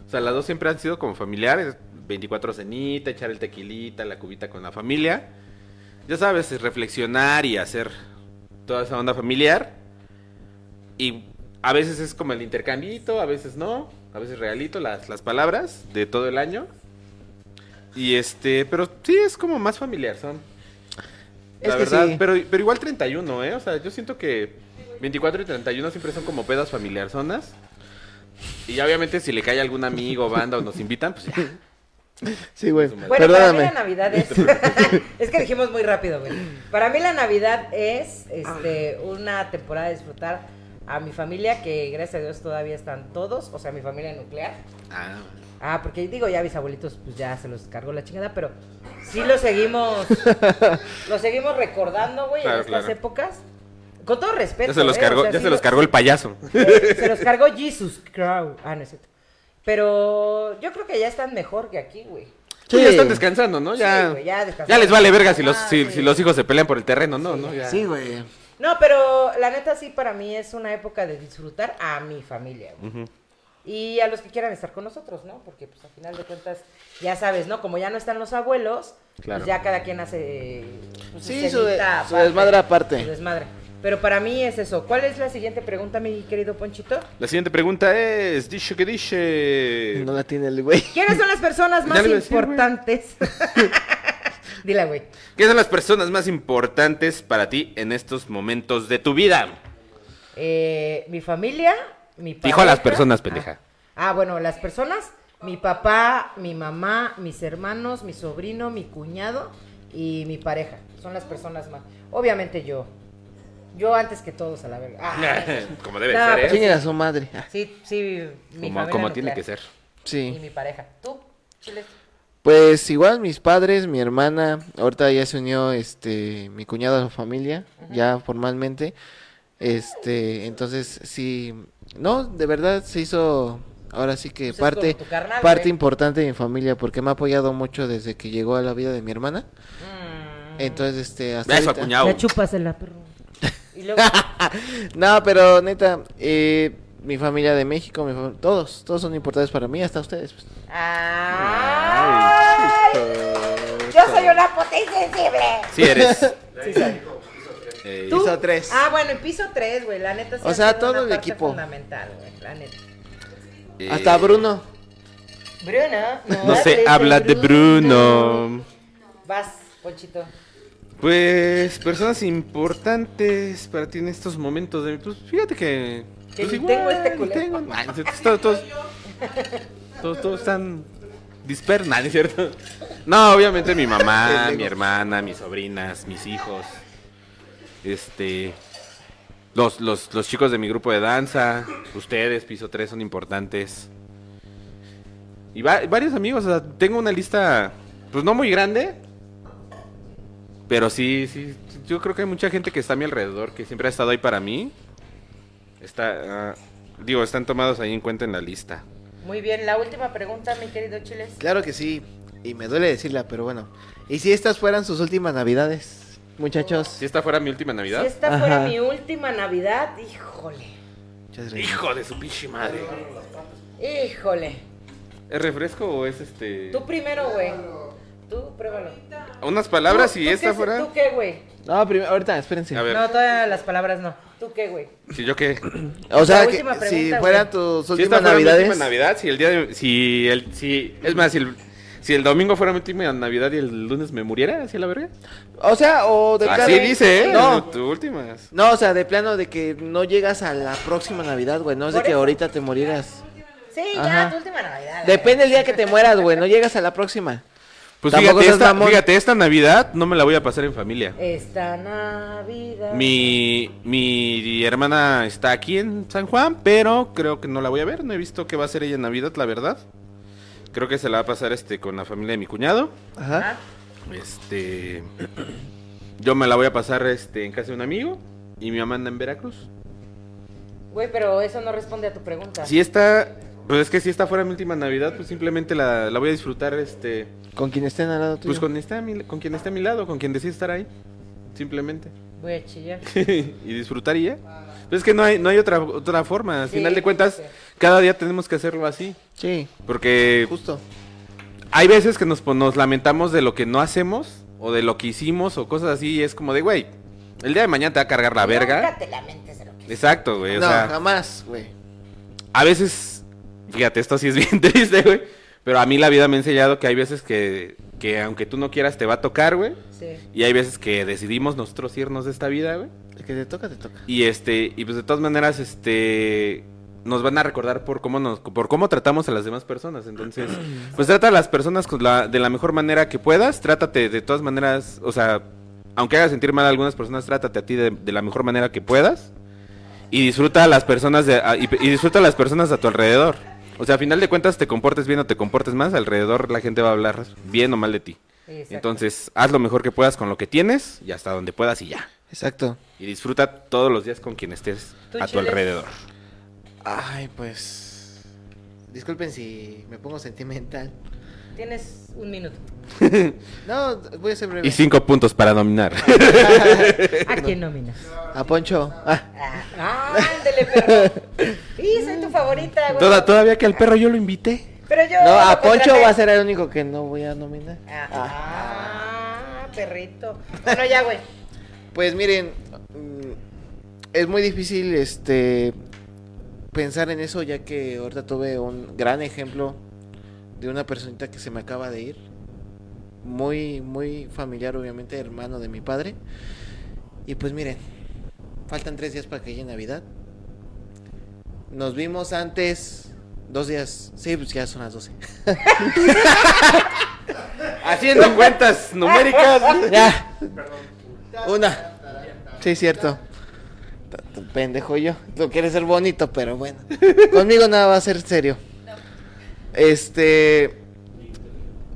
O sea, las dos siempre han sido como familiares. 24 cenita, echar el tequilita, la cubita con la familia. Ya sabes, reflexionar y hacer toda esa onda familiar. Y a veces es como el intercambito, a veces no, a veces regalito las, las palabras de todo el año. Y este, pero sí es como más familiar, son.
Es
La
que
verdad,
sí.
pero, pero igual 31, ¿eh? O sea, yo siento que 24 y 31 siempre son como pedas familiar zonas. Y ya obviamente si le cae algún amigo, banda o nos invitan, pues ya.
Sí, güey.
Bueno,
Bueno,
Perdóname.
para mí la Navidad es. es que dijimos muy rápido, güey. Para mí la Navidad es este,
Ah.
una temporada de disfrutar a mi familia, que gracias a Dios todavía están todos, o sea, mi familia nuclear.
Ah,
Ah, porque digo, ya mis abuelitos, pues ya se los cargó la chingada, pero sí lo seguimos, lo seguimos recordando, güey, en
Claro,
estas
claro.
épocas. Con todo respeto.
ya se los
¿eh?
cargó,
O sea,
ya
sí
se los
lo-
cargó el payaso.
eh, se los cargó Jesus Crow. Ah, no es cierto. Pero yo creo que ya están mejor que aquí, güey.
Sí.
Ya están descansando, ¿no?
Sí,
Ya,
güey, ya descansaron.
ya les vale verga si los,
Ah,
si,
sí.
si los hijos se pelean por el terreno, ¿no? ¿no? Ya.
Sí, güey.
No, pero la neta sí para mí es una época de disfrutar a mi familia. güey. Y a los que quieran estar con nosotros, ¿no? Porque pues al final de cuentas, ya sabes, ¿no? Como ya no están los abuelos,
Claro.
pues ya cada quien hace pues,
Sí, su
cenita
de- su
aparte,
desmadre aparte.
Su desmadre. Pero para mí es eso. ¿Cuál es la siguiente pregunta, mi querido Ponchito?
La siguiente pregunta es, dicho que dice...
No la tiene el güey.
¿Quiénes son las personas
Ya
más
le iba a decir, güey.
importantes? Dila, güey.
¿Qué son las personas más importantes para ti en estos momentos de tu vida?
Eh, mi familia, mi
Dijo a las personas, pendeja.
Ah, ah, bueno, las personas, mi papá, mi mamá, mis hermanos, mi sobrino, mi cuñado y mi pareja. Son las personas más. Obviamente yo. Yo antes que todos a la verga. Ah,
como debe
No,
ser,
pues
¿eh?
¿Quién era su madre? Ah,
sí, sí, mi
Como,
familia
como tiene
nuclear
que ser.
Y
Sí.
mi pareja. ¿Tú? Chiles.
Pues igual mis padres, mi hermana, ahorita ya se unió este mi cuñado a la familia, ya formalmente. Este, entonces sí, no, de verdad se hizo ahora sí que
Pues es
parte
como tu carnal,
parte
güey.
importante de mi familia porque me ha apoyado mucho desde que llegó a la vida de mi hermana.
Mm.
Eh,
Entonces, este, hasta
Beso a
ahorita-
cuñado.
Ya chúpasela, perro. Y luego,
No, pero neta, eh, mi familia de México, mi fam- todos, todos son importantes para mí, hasta ustedes. pues.
¡Ay! Yo soy una puta insensible.
Sí eres. Ey.
¿Tú?
Piso tres.
Ah, bueno, en piso 3, güey. La neta sí
O
ha
sea,
sido
todo
una
el
parte
equipo.
fundamental, güey. La neta.
Eh,
Hasta Bruno.
Bruna, no,
No se
hables
habla de Bruno.
Vas, Ponchito.
Pues, personas importantes para ti en estos momentos de mi... Pues, fíjate que...
Que
pues,
ni tengo este culero.
tengo- Ay, no es cierto, todos, todos, todos- todos están dispersos, ¿no es cierto? No, obviamente mi mamá, mi hermana, mis sobrinas, mis hijos. Este... Los, los, los chicos de mi grupo de danza, ustedes, piso 3, son importantes. Y va- varios amigos, o sea, tengo una lista, pues no muy grande, pero sí, sí, yo creo que hay mucha gente que está a mi alrededor, que siempre ha estado ahí para mí. Está, ah, digo, están tomados ahí en cuenta en la lista.
Muy bien, la última pregunta, mi querido Chiles.
Claro que sí, y me duele decirla, pero bueno. ¿Y si estas fueran sus últimas navidades, muchachos?
Si esta fuera mi última Navidad.
Si esta fuera
Ajá.
mi última Navidad, híjole.
Muchas gracias.
Hijo de su pinche madre.
Híjole.
¿Es refresco o es este?
Tú primero, güey. Tú, pruébalo.
Unas palabras
Tú-
si
tú
esta
qué-
fuera.
¿Tú qué, güey?
No, primero, ahorita, espérense.
A ver.
No, todavía las palabras no. ¿Tú qué, güey?
Si yo qué.
O sea,
La
que
última
si
pregunta,
fuera
güey.
tus
Si
últimas
fuera mi
navidades.
última Navidad, si el día de- si el si es más si el, si el domingo fuera mi última Navidad y el lunes me muriera, así a la verga.
O sea, o de
Así
plano-
dice, ¿eh?
Pues No.
Tu últimas.
No, o sea, de plano de que no llegas a la próxima Navidad, güey. No es de
Por
que
eso.
ahorita te murieras.
Sí,
Ajá.
ya, tu última Navidad.
Depende el día que te mueras, güey. No llegas a la próxima.
Pues
Tampoco
fíjate
seas
esta,
mamón.
fíjate, esta Navidad no me la voy a pasar en familia.
Esta Navidad.
Mi, mi hermana está aquí en San Juan, pero creo que no la voy a ver. No he visto qué va a hacer ella en Navidad, la verdad. Creo que se la va a pasar este con la familia de mi cuñado.
Ah,
Ajá.
Este. Yo me la voy a pasar este, en casa de un amigo. Y mi mamá anda en Veracruz.
Güey, pero eso no responde a tu pregunta.
Si esta. Pues es que si esta fuera mi última Navidad, pues simplemente la, la voy a disfrutar este.
Con quien estén al lado tuyo.
Pues con, este a mi- con quien esté a mi lado, con quien decida estar ahí. Simplemente.
Voy a chillar.
y disfrutar y ya. Pues es que no hay, no hay otra, otra forma. Al
Sí,
final de cuentas,
sí.
cada día tenemos que hacerlo así.
Sí,
Porque
justo.
hay veces que nos, pon- nos lamentamos de lo que no hacemos o de lo que hicimos o cosas así. Y es como de, güey, el día de mañana te va a cargar la
Nunca
verga.
te lamentes de lo que
Exacto, güey. O
no,
sea,
jamás, güey.
a veces, fíjate, esto sí es bien triste, güey. Pero a mí la vida me ha enseñado que hay veces que, que aunque tú no quieras te va a tocar, güey.
Sí.
Y hay veces que decidimos nosotros irnos de esta vida, güey.
El que te toca, te toca.
Y este, y pues de todas maneras, este nos van a recordar por cómo nos, por cómo tratamos a las demás personas. Entonces, pues trata a las personas con la- de la mejor manera que puedas, trátate de todas maneras, o sea, aunque haga sentir mal a algunas personas, trátate a ti de, de la mejor manera que puedas. Y disfruta a las personas de, a- y, y disfruta a las personas a tu alrededor. O sea, a final de cuentas te comportes bien o te comportes más, alrededor la gente va a hablar bien o mal de ti.
Exacto.
Entonces, haz lo mejor que puedas con lo que tienes y hasta donde puedas y ya.
Exacto.
Y disfruta todos los días con quien estés
¿Tú,
a tu
Chile?
alrededor.
Ay, pues. Disculpen si me pongo sentimental.
Tienes un minuto.
No, voy a ser breve.
Y cinco puntos para dominar.
¿A quién nominas?
A Poncho. Ah,
Ah, ándele, perro. Sí, soy tu favorita, güey.
Toda- todavía que al perro yo lo invité.
Pero yo.
no, a
lo
Poncho
contraté.
va a ser el único que no voy a nominar.
Ah,
Ah.
ah, perrito. Bueno, ya, güey.
Pues miren, mm, es muy difícil este pensar en eso ya que ahorita tuve un gran ejemplo de una personita que se me acaba de ir. Muy muy familiar obviamente, hermano de mi padre. Y pues miren, faltan tres días para que llegue Navidad. Nos vimos antes dos días. Sí, pues ya son las 12.
Haciendo cuentas numéricas.
Ya. Una. Sí, cierto. T- t- Pendejo yo. Tú quieres ser bonito, pero bueno. Conmigo nada va a ser serio. Este.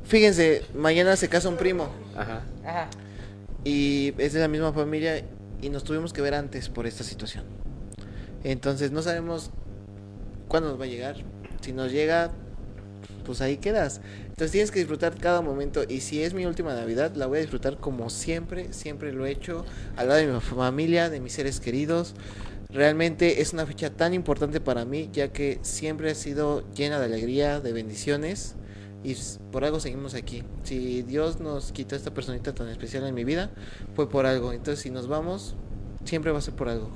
Fíjense, mañana se casa un primo.
Ajá.
Ajá.
Y es de la misma familia. Y nos tuvimos que ver antes por esta situación. Entonces no sabemos cuándo nos va a llegar. Si nos llega, pues ahí quedas. Entonces tienes que disfrutar cada momento. Y si es mi última Navidad, la voy a disfrutar como siempre, siempre lo he hecho. Al lado de mi familia, de mis seres queridos. Realmente es una fecha tan importante para mí, ya que siempre ha sido llena de alegría, de bendiciones. Y s- por algo seguimos aquí. Si Dios nos quitó esta personita tan especial en mi vida, fue por algo. Entonces si nos vamos, siempre va a ser por algo.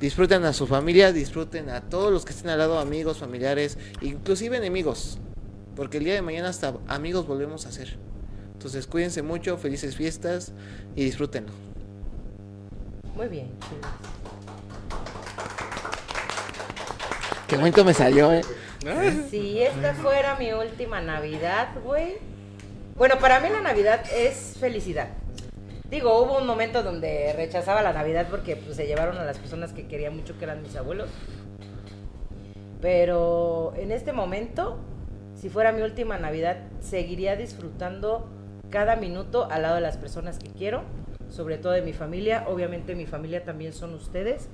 Disfruten a su familia, disfruten a todos los que estén al lado, amigos, familiares, inclusive enemigos. Porque el día de mañana hasta amigos volvemos a ser. Entonces cuídense mucho, felices fiestas y disfrútenlo.
Muy bien. chido.
Qué bonito me salió, eh.
Si esta fuera mi última Navidad, güey. Bueno, para mí la Navidad es felicidad. Digo, hubo un momento donde rechazaba la Navidad porque pues, se llevaron a las personas que quería mucho, que eran mis abuelos. Pero en este momento, si fuera mi última Navidad, seguiría disfrutando cada minuto al lado de las personas que quiero, sobre todo de mi familia. Obviamente mi familia también son ustedes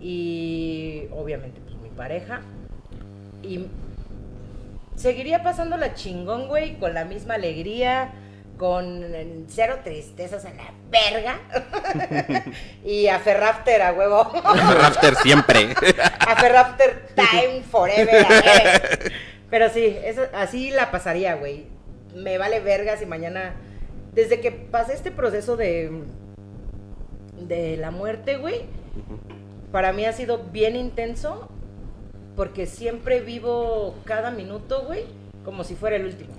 y obviamente pues mi pareja. Y seguiría pasándola chingón, güey, con la misma alegría, con eh, cero tristezas en la verga. y a Ferrafter a huevo.
Rafter siempre.
Hacer after time forever. eh. Pero sí, eso, así la pasaría, güey. Me vale vergas y mañana. Desde que pasé este proceso de. de la muerte, güey. para mí ha sido bien intenso porque siempre vivo cada minuto, güey, como si fuera el último.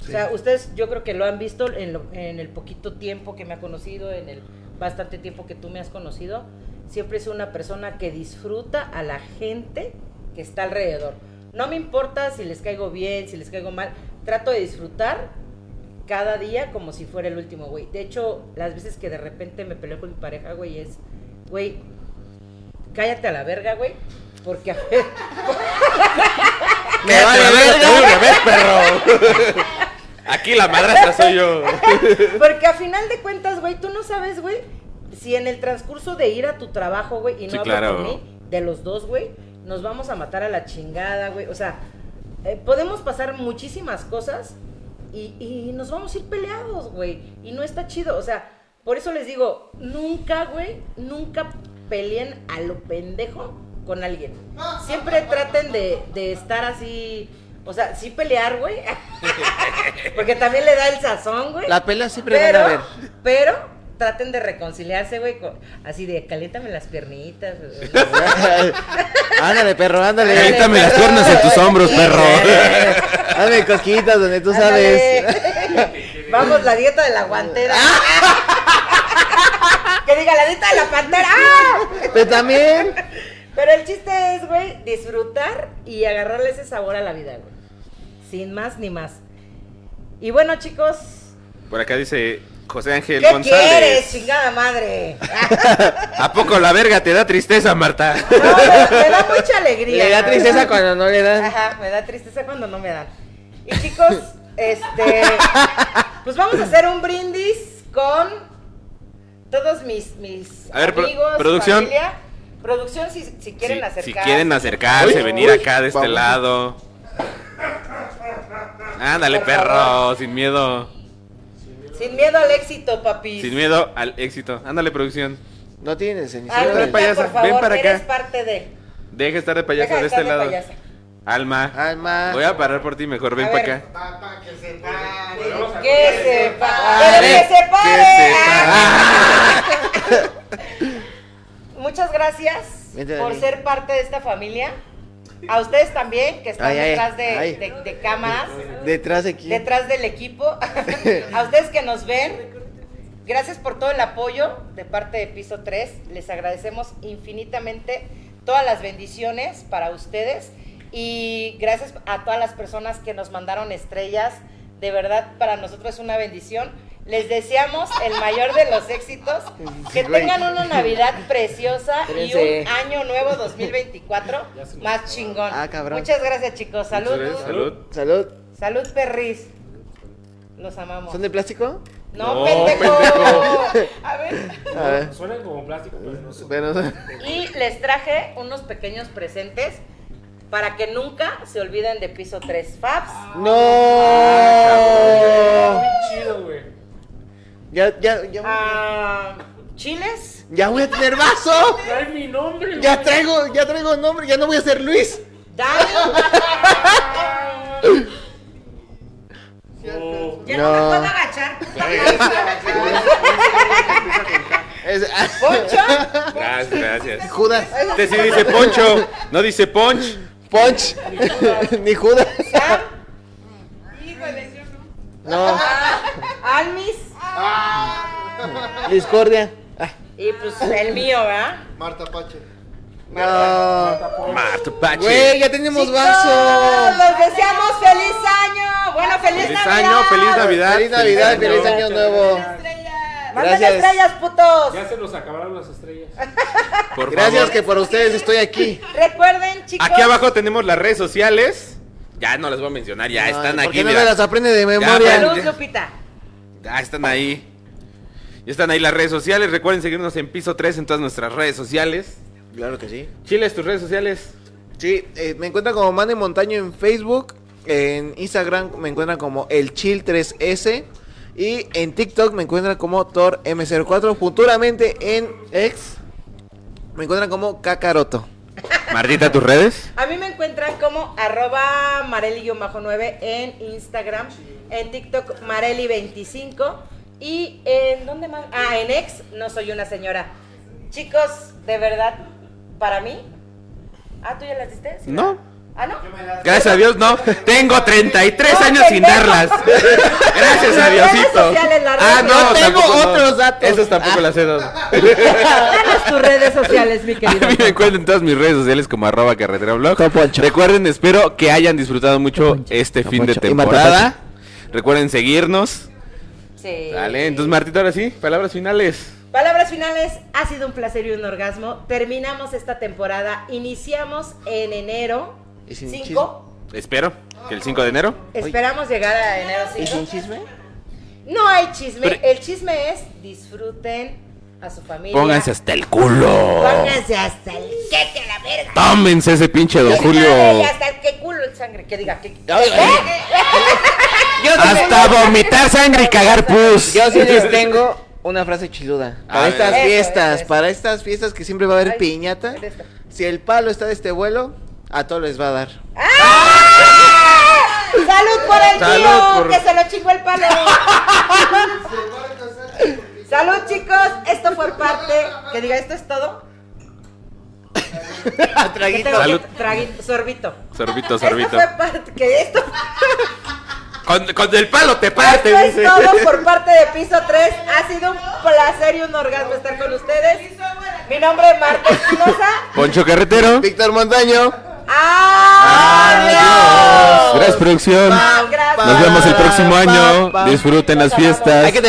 O sea, ustedes yo creo que lo han visto en, lo- en el poquito tiempo que me ha conocido, en el bastante tiempo que tú me has conocido. Siempre soy una persona que disfruta a la gente que está alrededor. No me importa si les caigo bien, si les caigo mal. Trato de disfrutar cada día como si fuera el último, güey. De hecho, las veces que de repente me peleo con mi pareja, güey, es, güey, cállate a la verga, güey. Porque a ver,
Me vale verga.
Aquí la madrastra soy yo.
Porque a final de cuentas, güey, tú no sabes, güey, si en el transcurso de ir a tu trabajo, güey, y no
Sí,
hablo
claro.
por mí, de los dos, güey, nos vamos a matar a la chingada, güey. O sea, eh, podemos pasar muchísimas cosas y, y nos vamos a ir peleados, güey. Y no está chido. O sea, por eso les digo, nunca, güey, nunca peleen a lo pendejo con alguien. Siempre traten de, de estar así. O sea, sí pelear, güey. Porque también le da el sazón, güey.
La pelea siempre
Pero,
van a ver.
pero traten de reconciliarse, güey, con- así de caléntame las piernitas. güey.
ándale, perro, ándale.
Ándale,
Quítame las cuernas en tus hombros, perro.
Dame cosquitas donde tú
Ándale.
sabes.
Vamos, la dieta de la guantera. que diga la dieta de la pantera. ¡Ah!
Pero también.
Pero el chiste es, güey, disfrutar y agarrarle ese sabor a la vida, güey. Sin más ni más. Y bueno, chicos,
Por acá dice José
¿qué
Ángel
quieres,
González.
chingada madre?
¿A poco la verga te da tristeza, Marta?
No, me, me da mucha alegría.
Le da
la
tristeza
verdad.
cuando no le dan.
Ajá, me da tristeza cuando no me dan. Y chicos, este. Pues vamos a hacer un brindis con todos mis, mis
A ver, pro-
amigos,
producción.
familia. Producción, si, si quieren
Si-
acercarse.
Si quieren acercarse,
Uy,
venir
uy,
acá de este
vamos.
lado. Ándale,
Por
perro,
favor.
sin miedo.
Sin miedo al éxito, papi.
Sin miedo al éxito. Ándale, producción.
No tienes
Ay,
Ven,
Lupita,
cenicienta.
Ay, payasa,
por favor,
ven para acá.
eres parte de.
Deja estar de payaso
Deja
de este
estar de
lado.
payasa.
Alma.
Alma.
Voy a parar por ti mejor, ven
A
para
ver.
acá.
Que se pare.
pare.
Pero que se pare. Ah.
Que se
Muchas gracias
Vente,
por
Dani.
ser parte de esta familia. A ustedes también, que están
Ay, ay,
detrás de,
ay.
de- de cámaras,
Detrás de aquí.
detrás del equipo. A ustedes que nos ven, gracias por todo el apoyo de parte de Piso 3. Les agradecemos infinitamente todas las bendiciones para ustedes. Y gracias a todas las personas que nos mandaron estrellas. De verdad, para nosotros es una bendición. Les deseamos el mayor de los éxitos. Que
Güey.
tengan una Navidad preciosa y
Espérense.
un año nuevo 2024 más chingón.
Ah, cabrón.
Muchas gracias, chicos. Salud.
Salud.
Salud.
Salud, perris. Los amamos.
¿Son de plástico?
No,
No,
pendejo.
pendejo.
A ver.
A ver.
Suenan como plástico, pero no son.
Bueno,
Y les traje unos pequeños presentes para que nunca se olviden de piso 3 Fabs.
¡No!
Muy chido, güey.
Ya, ya, ya.
Ah, chiles.
Ya voy a tener vaso.
Trae mi nombre, güey.
Ya traigo, ya traigo nombre. Ya no voy a ser Luis.
Dani.
Oh,
Ya no, me
No.
puedo agachar.
Es- ah,
Poncho.
Gracias, gracias.
Judas.
Este sí dice Poncho, no dice Ponch.
Punch. Ni Judas.
Sam.
Híjole, yo no.
No.
Almis.
Discordia. Ah,
Y pues el mío, ¿verdad?
Marta Pache.
Ah,
No.
Marta Pache.
Güey, ya tenemos
Chicos,
vaso.
Los deseamos feliz año. Bueno, feliz,
Feliz
Navidad.
año, feliz Navidad.
Feliz Navidad,
feliz
feliz
año.
año nuevo.
Estrellas.
Manden
Gracias.
estrellas, putos.
Ya se nos acabaron las estrellas.
Por
Gracias
favor.
que por ustedes estoy aquí.
Recuerden, chicos.
Aquí abajo tenemos las redes sociales. Ya no las voy a mencionar, ya están
Ay, ¿por
aquí.
qué no
mira.
me las aprende de memoria?
aprendí.
Salud, Lupita.
Ya están ahí. Ya están ahí las redes sociales. Recuerden seguirnos en piso 3 en todas nuestras redes sociales.
Claro que sí.
Chiles, tus redes sociales.
Sí, eh, me encuentran como Mane Montaño en Facebook. En Instagram me encuentran como El Chill 3S. Y en TikTok me encuentran como Thor M04. Futuramente en X me encuentran como Kakaroto.
Martita, tus redes.
A mí me encuentran como arroba mareli-9 en Instagram, en TikTok mareli25 y en... ¿Dónde más? Ah, en ex, no soy una señora. Chicos, de verdad, para mí. Ah, ¿tú ya las diste? Sí,
No.
¿verdad? Ah, no.
Gracias a Dios, no. Tengo 33
No,
años sin
pendejo.
darlas. Gracias a
Las redes
Diosito.
sociales, las
Ah,
redes
no,
sociales. Yo tengo
tampoco no.
otros datos.
Esos tampoco las he dado.
Ah. Danos tus redes sociales, mi querido.
A mí me encuentran en todas mis redes sociales como arroba carretera blog. Recuerden, espero que hayan disfrutado mucho este
Don
fin de
Poncho. Y Marta
temporada. Recuerden seguirnos.
Sí.
Dale, entonces Martita, ahora sí, palabras finales.
Palabras finales, ha sido un placer y un orgasmo. Terminamos esta temporada, iniciamos en enero
¿Y sin
5.
Espero que el 5 de enero.
Esperamos llegar a enero
¿Y sin
5.
chisme?
No hay chisme,
Pero-
el chisme es disfruten a su familia.
Pónganse hasta el culo.
Pónganse hasta el queque a la verga.
Tómense ese pinche don Julio.
Y hasta el que culo el sangre, que diga que.
Ay, ay.
Hasta vomitar sangre y cagar pus.
Yo sí les tengo una frase chiluda. Para
A
estas
ver. Eso,
fiestas,
eso, eso.
para estas fiestas que siempre va a haber
Ay,
piñata.
de esta.
Si el palo está de este vuelo, a todos les va a dar.
¡Ah! ¡Salud por el
Salud
tío!
por-
¡Que se lo chingó el palo! ¡Salud, chicos! Esto fue parte. Que diga, esto es todo. Que tengo
Salud.
que Ah, traguito, sorbito.
Sorbito, sorbito.
Esto fue parte. Que esto,
Con, con el palo te
esto
partes,
es
dice.
todo por parte de piso 3. Ha sido un placer y un orgasmo estar con ustedes. Mi nombre es Marta Espinosa.
Poncho Carretero.
Víctor Montaño.
¡Adiós!
Gracias, producción.
Gracias.
Nos vemos el próximo año. Disfruten las
Nos amamos.
fiestas.
Hay que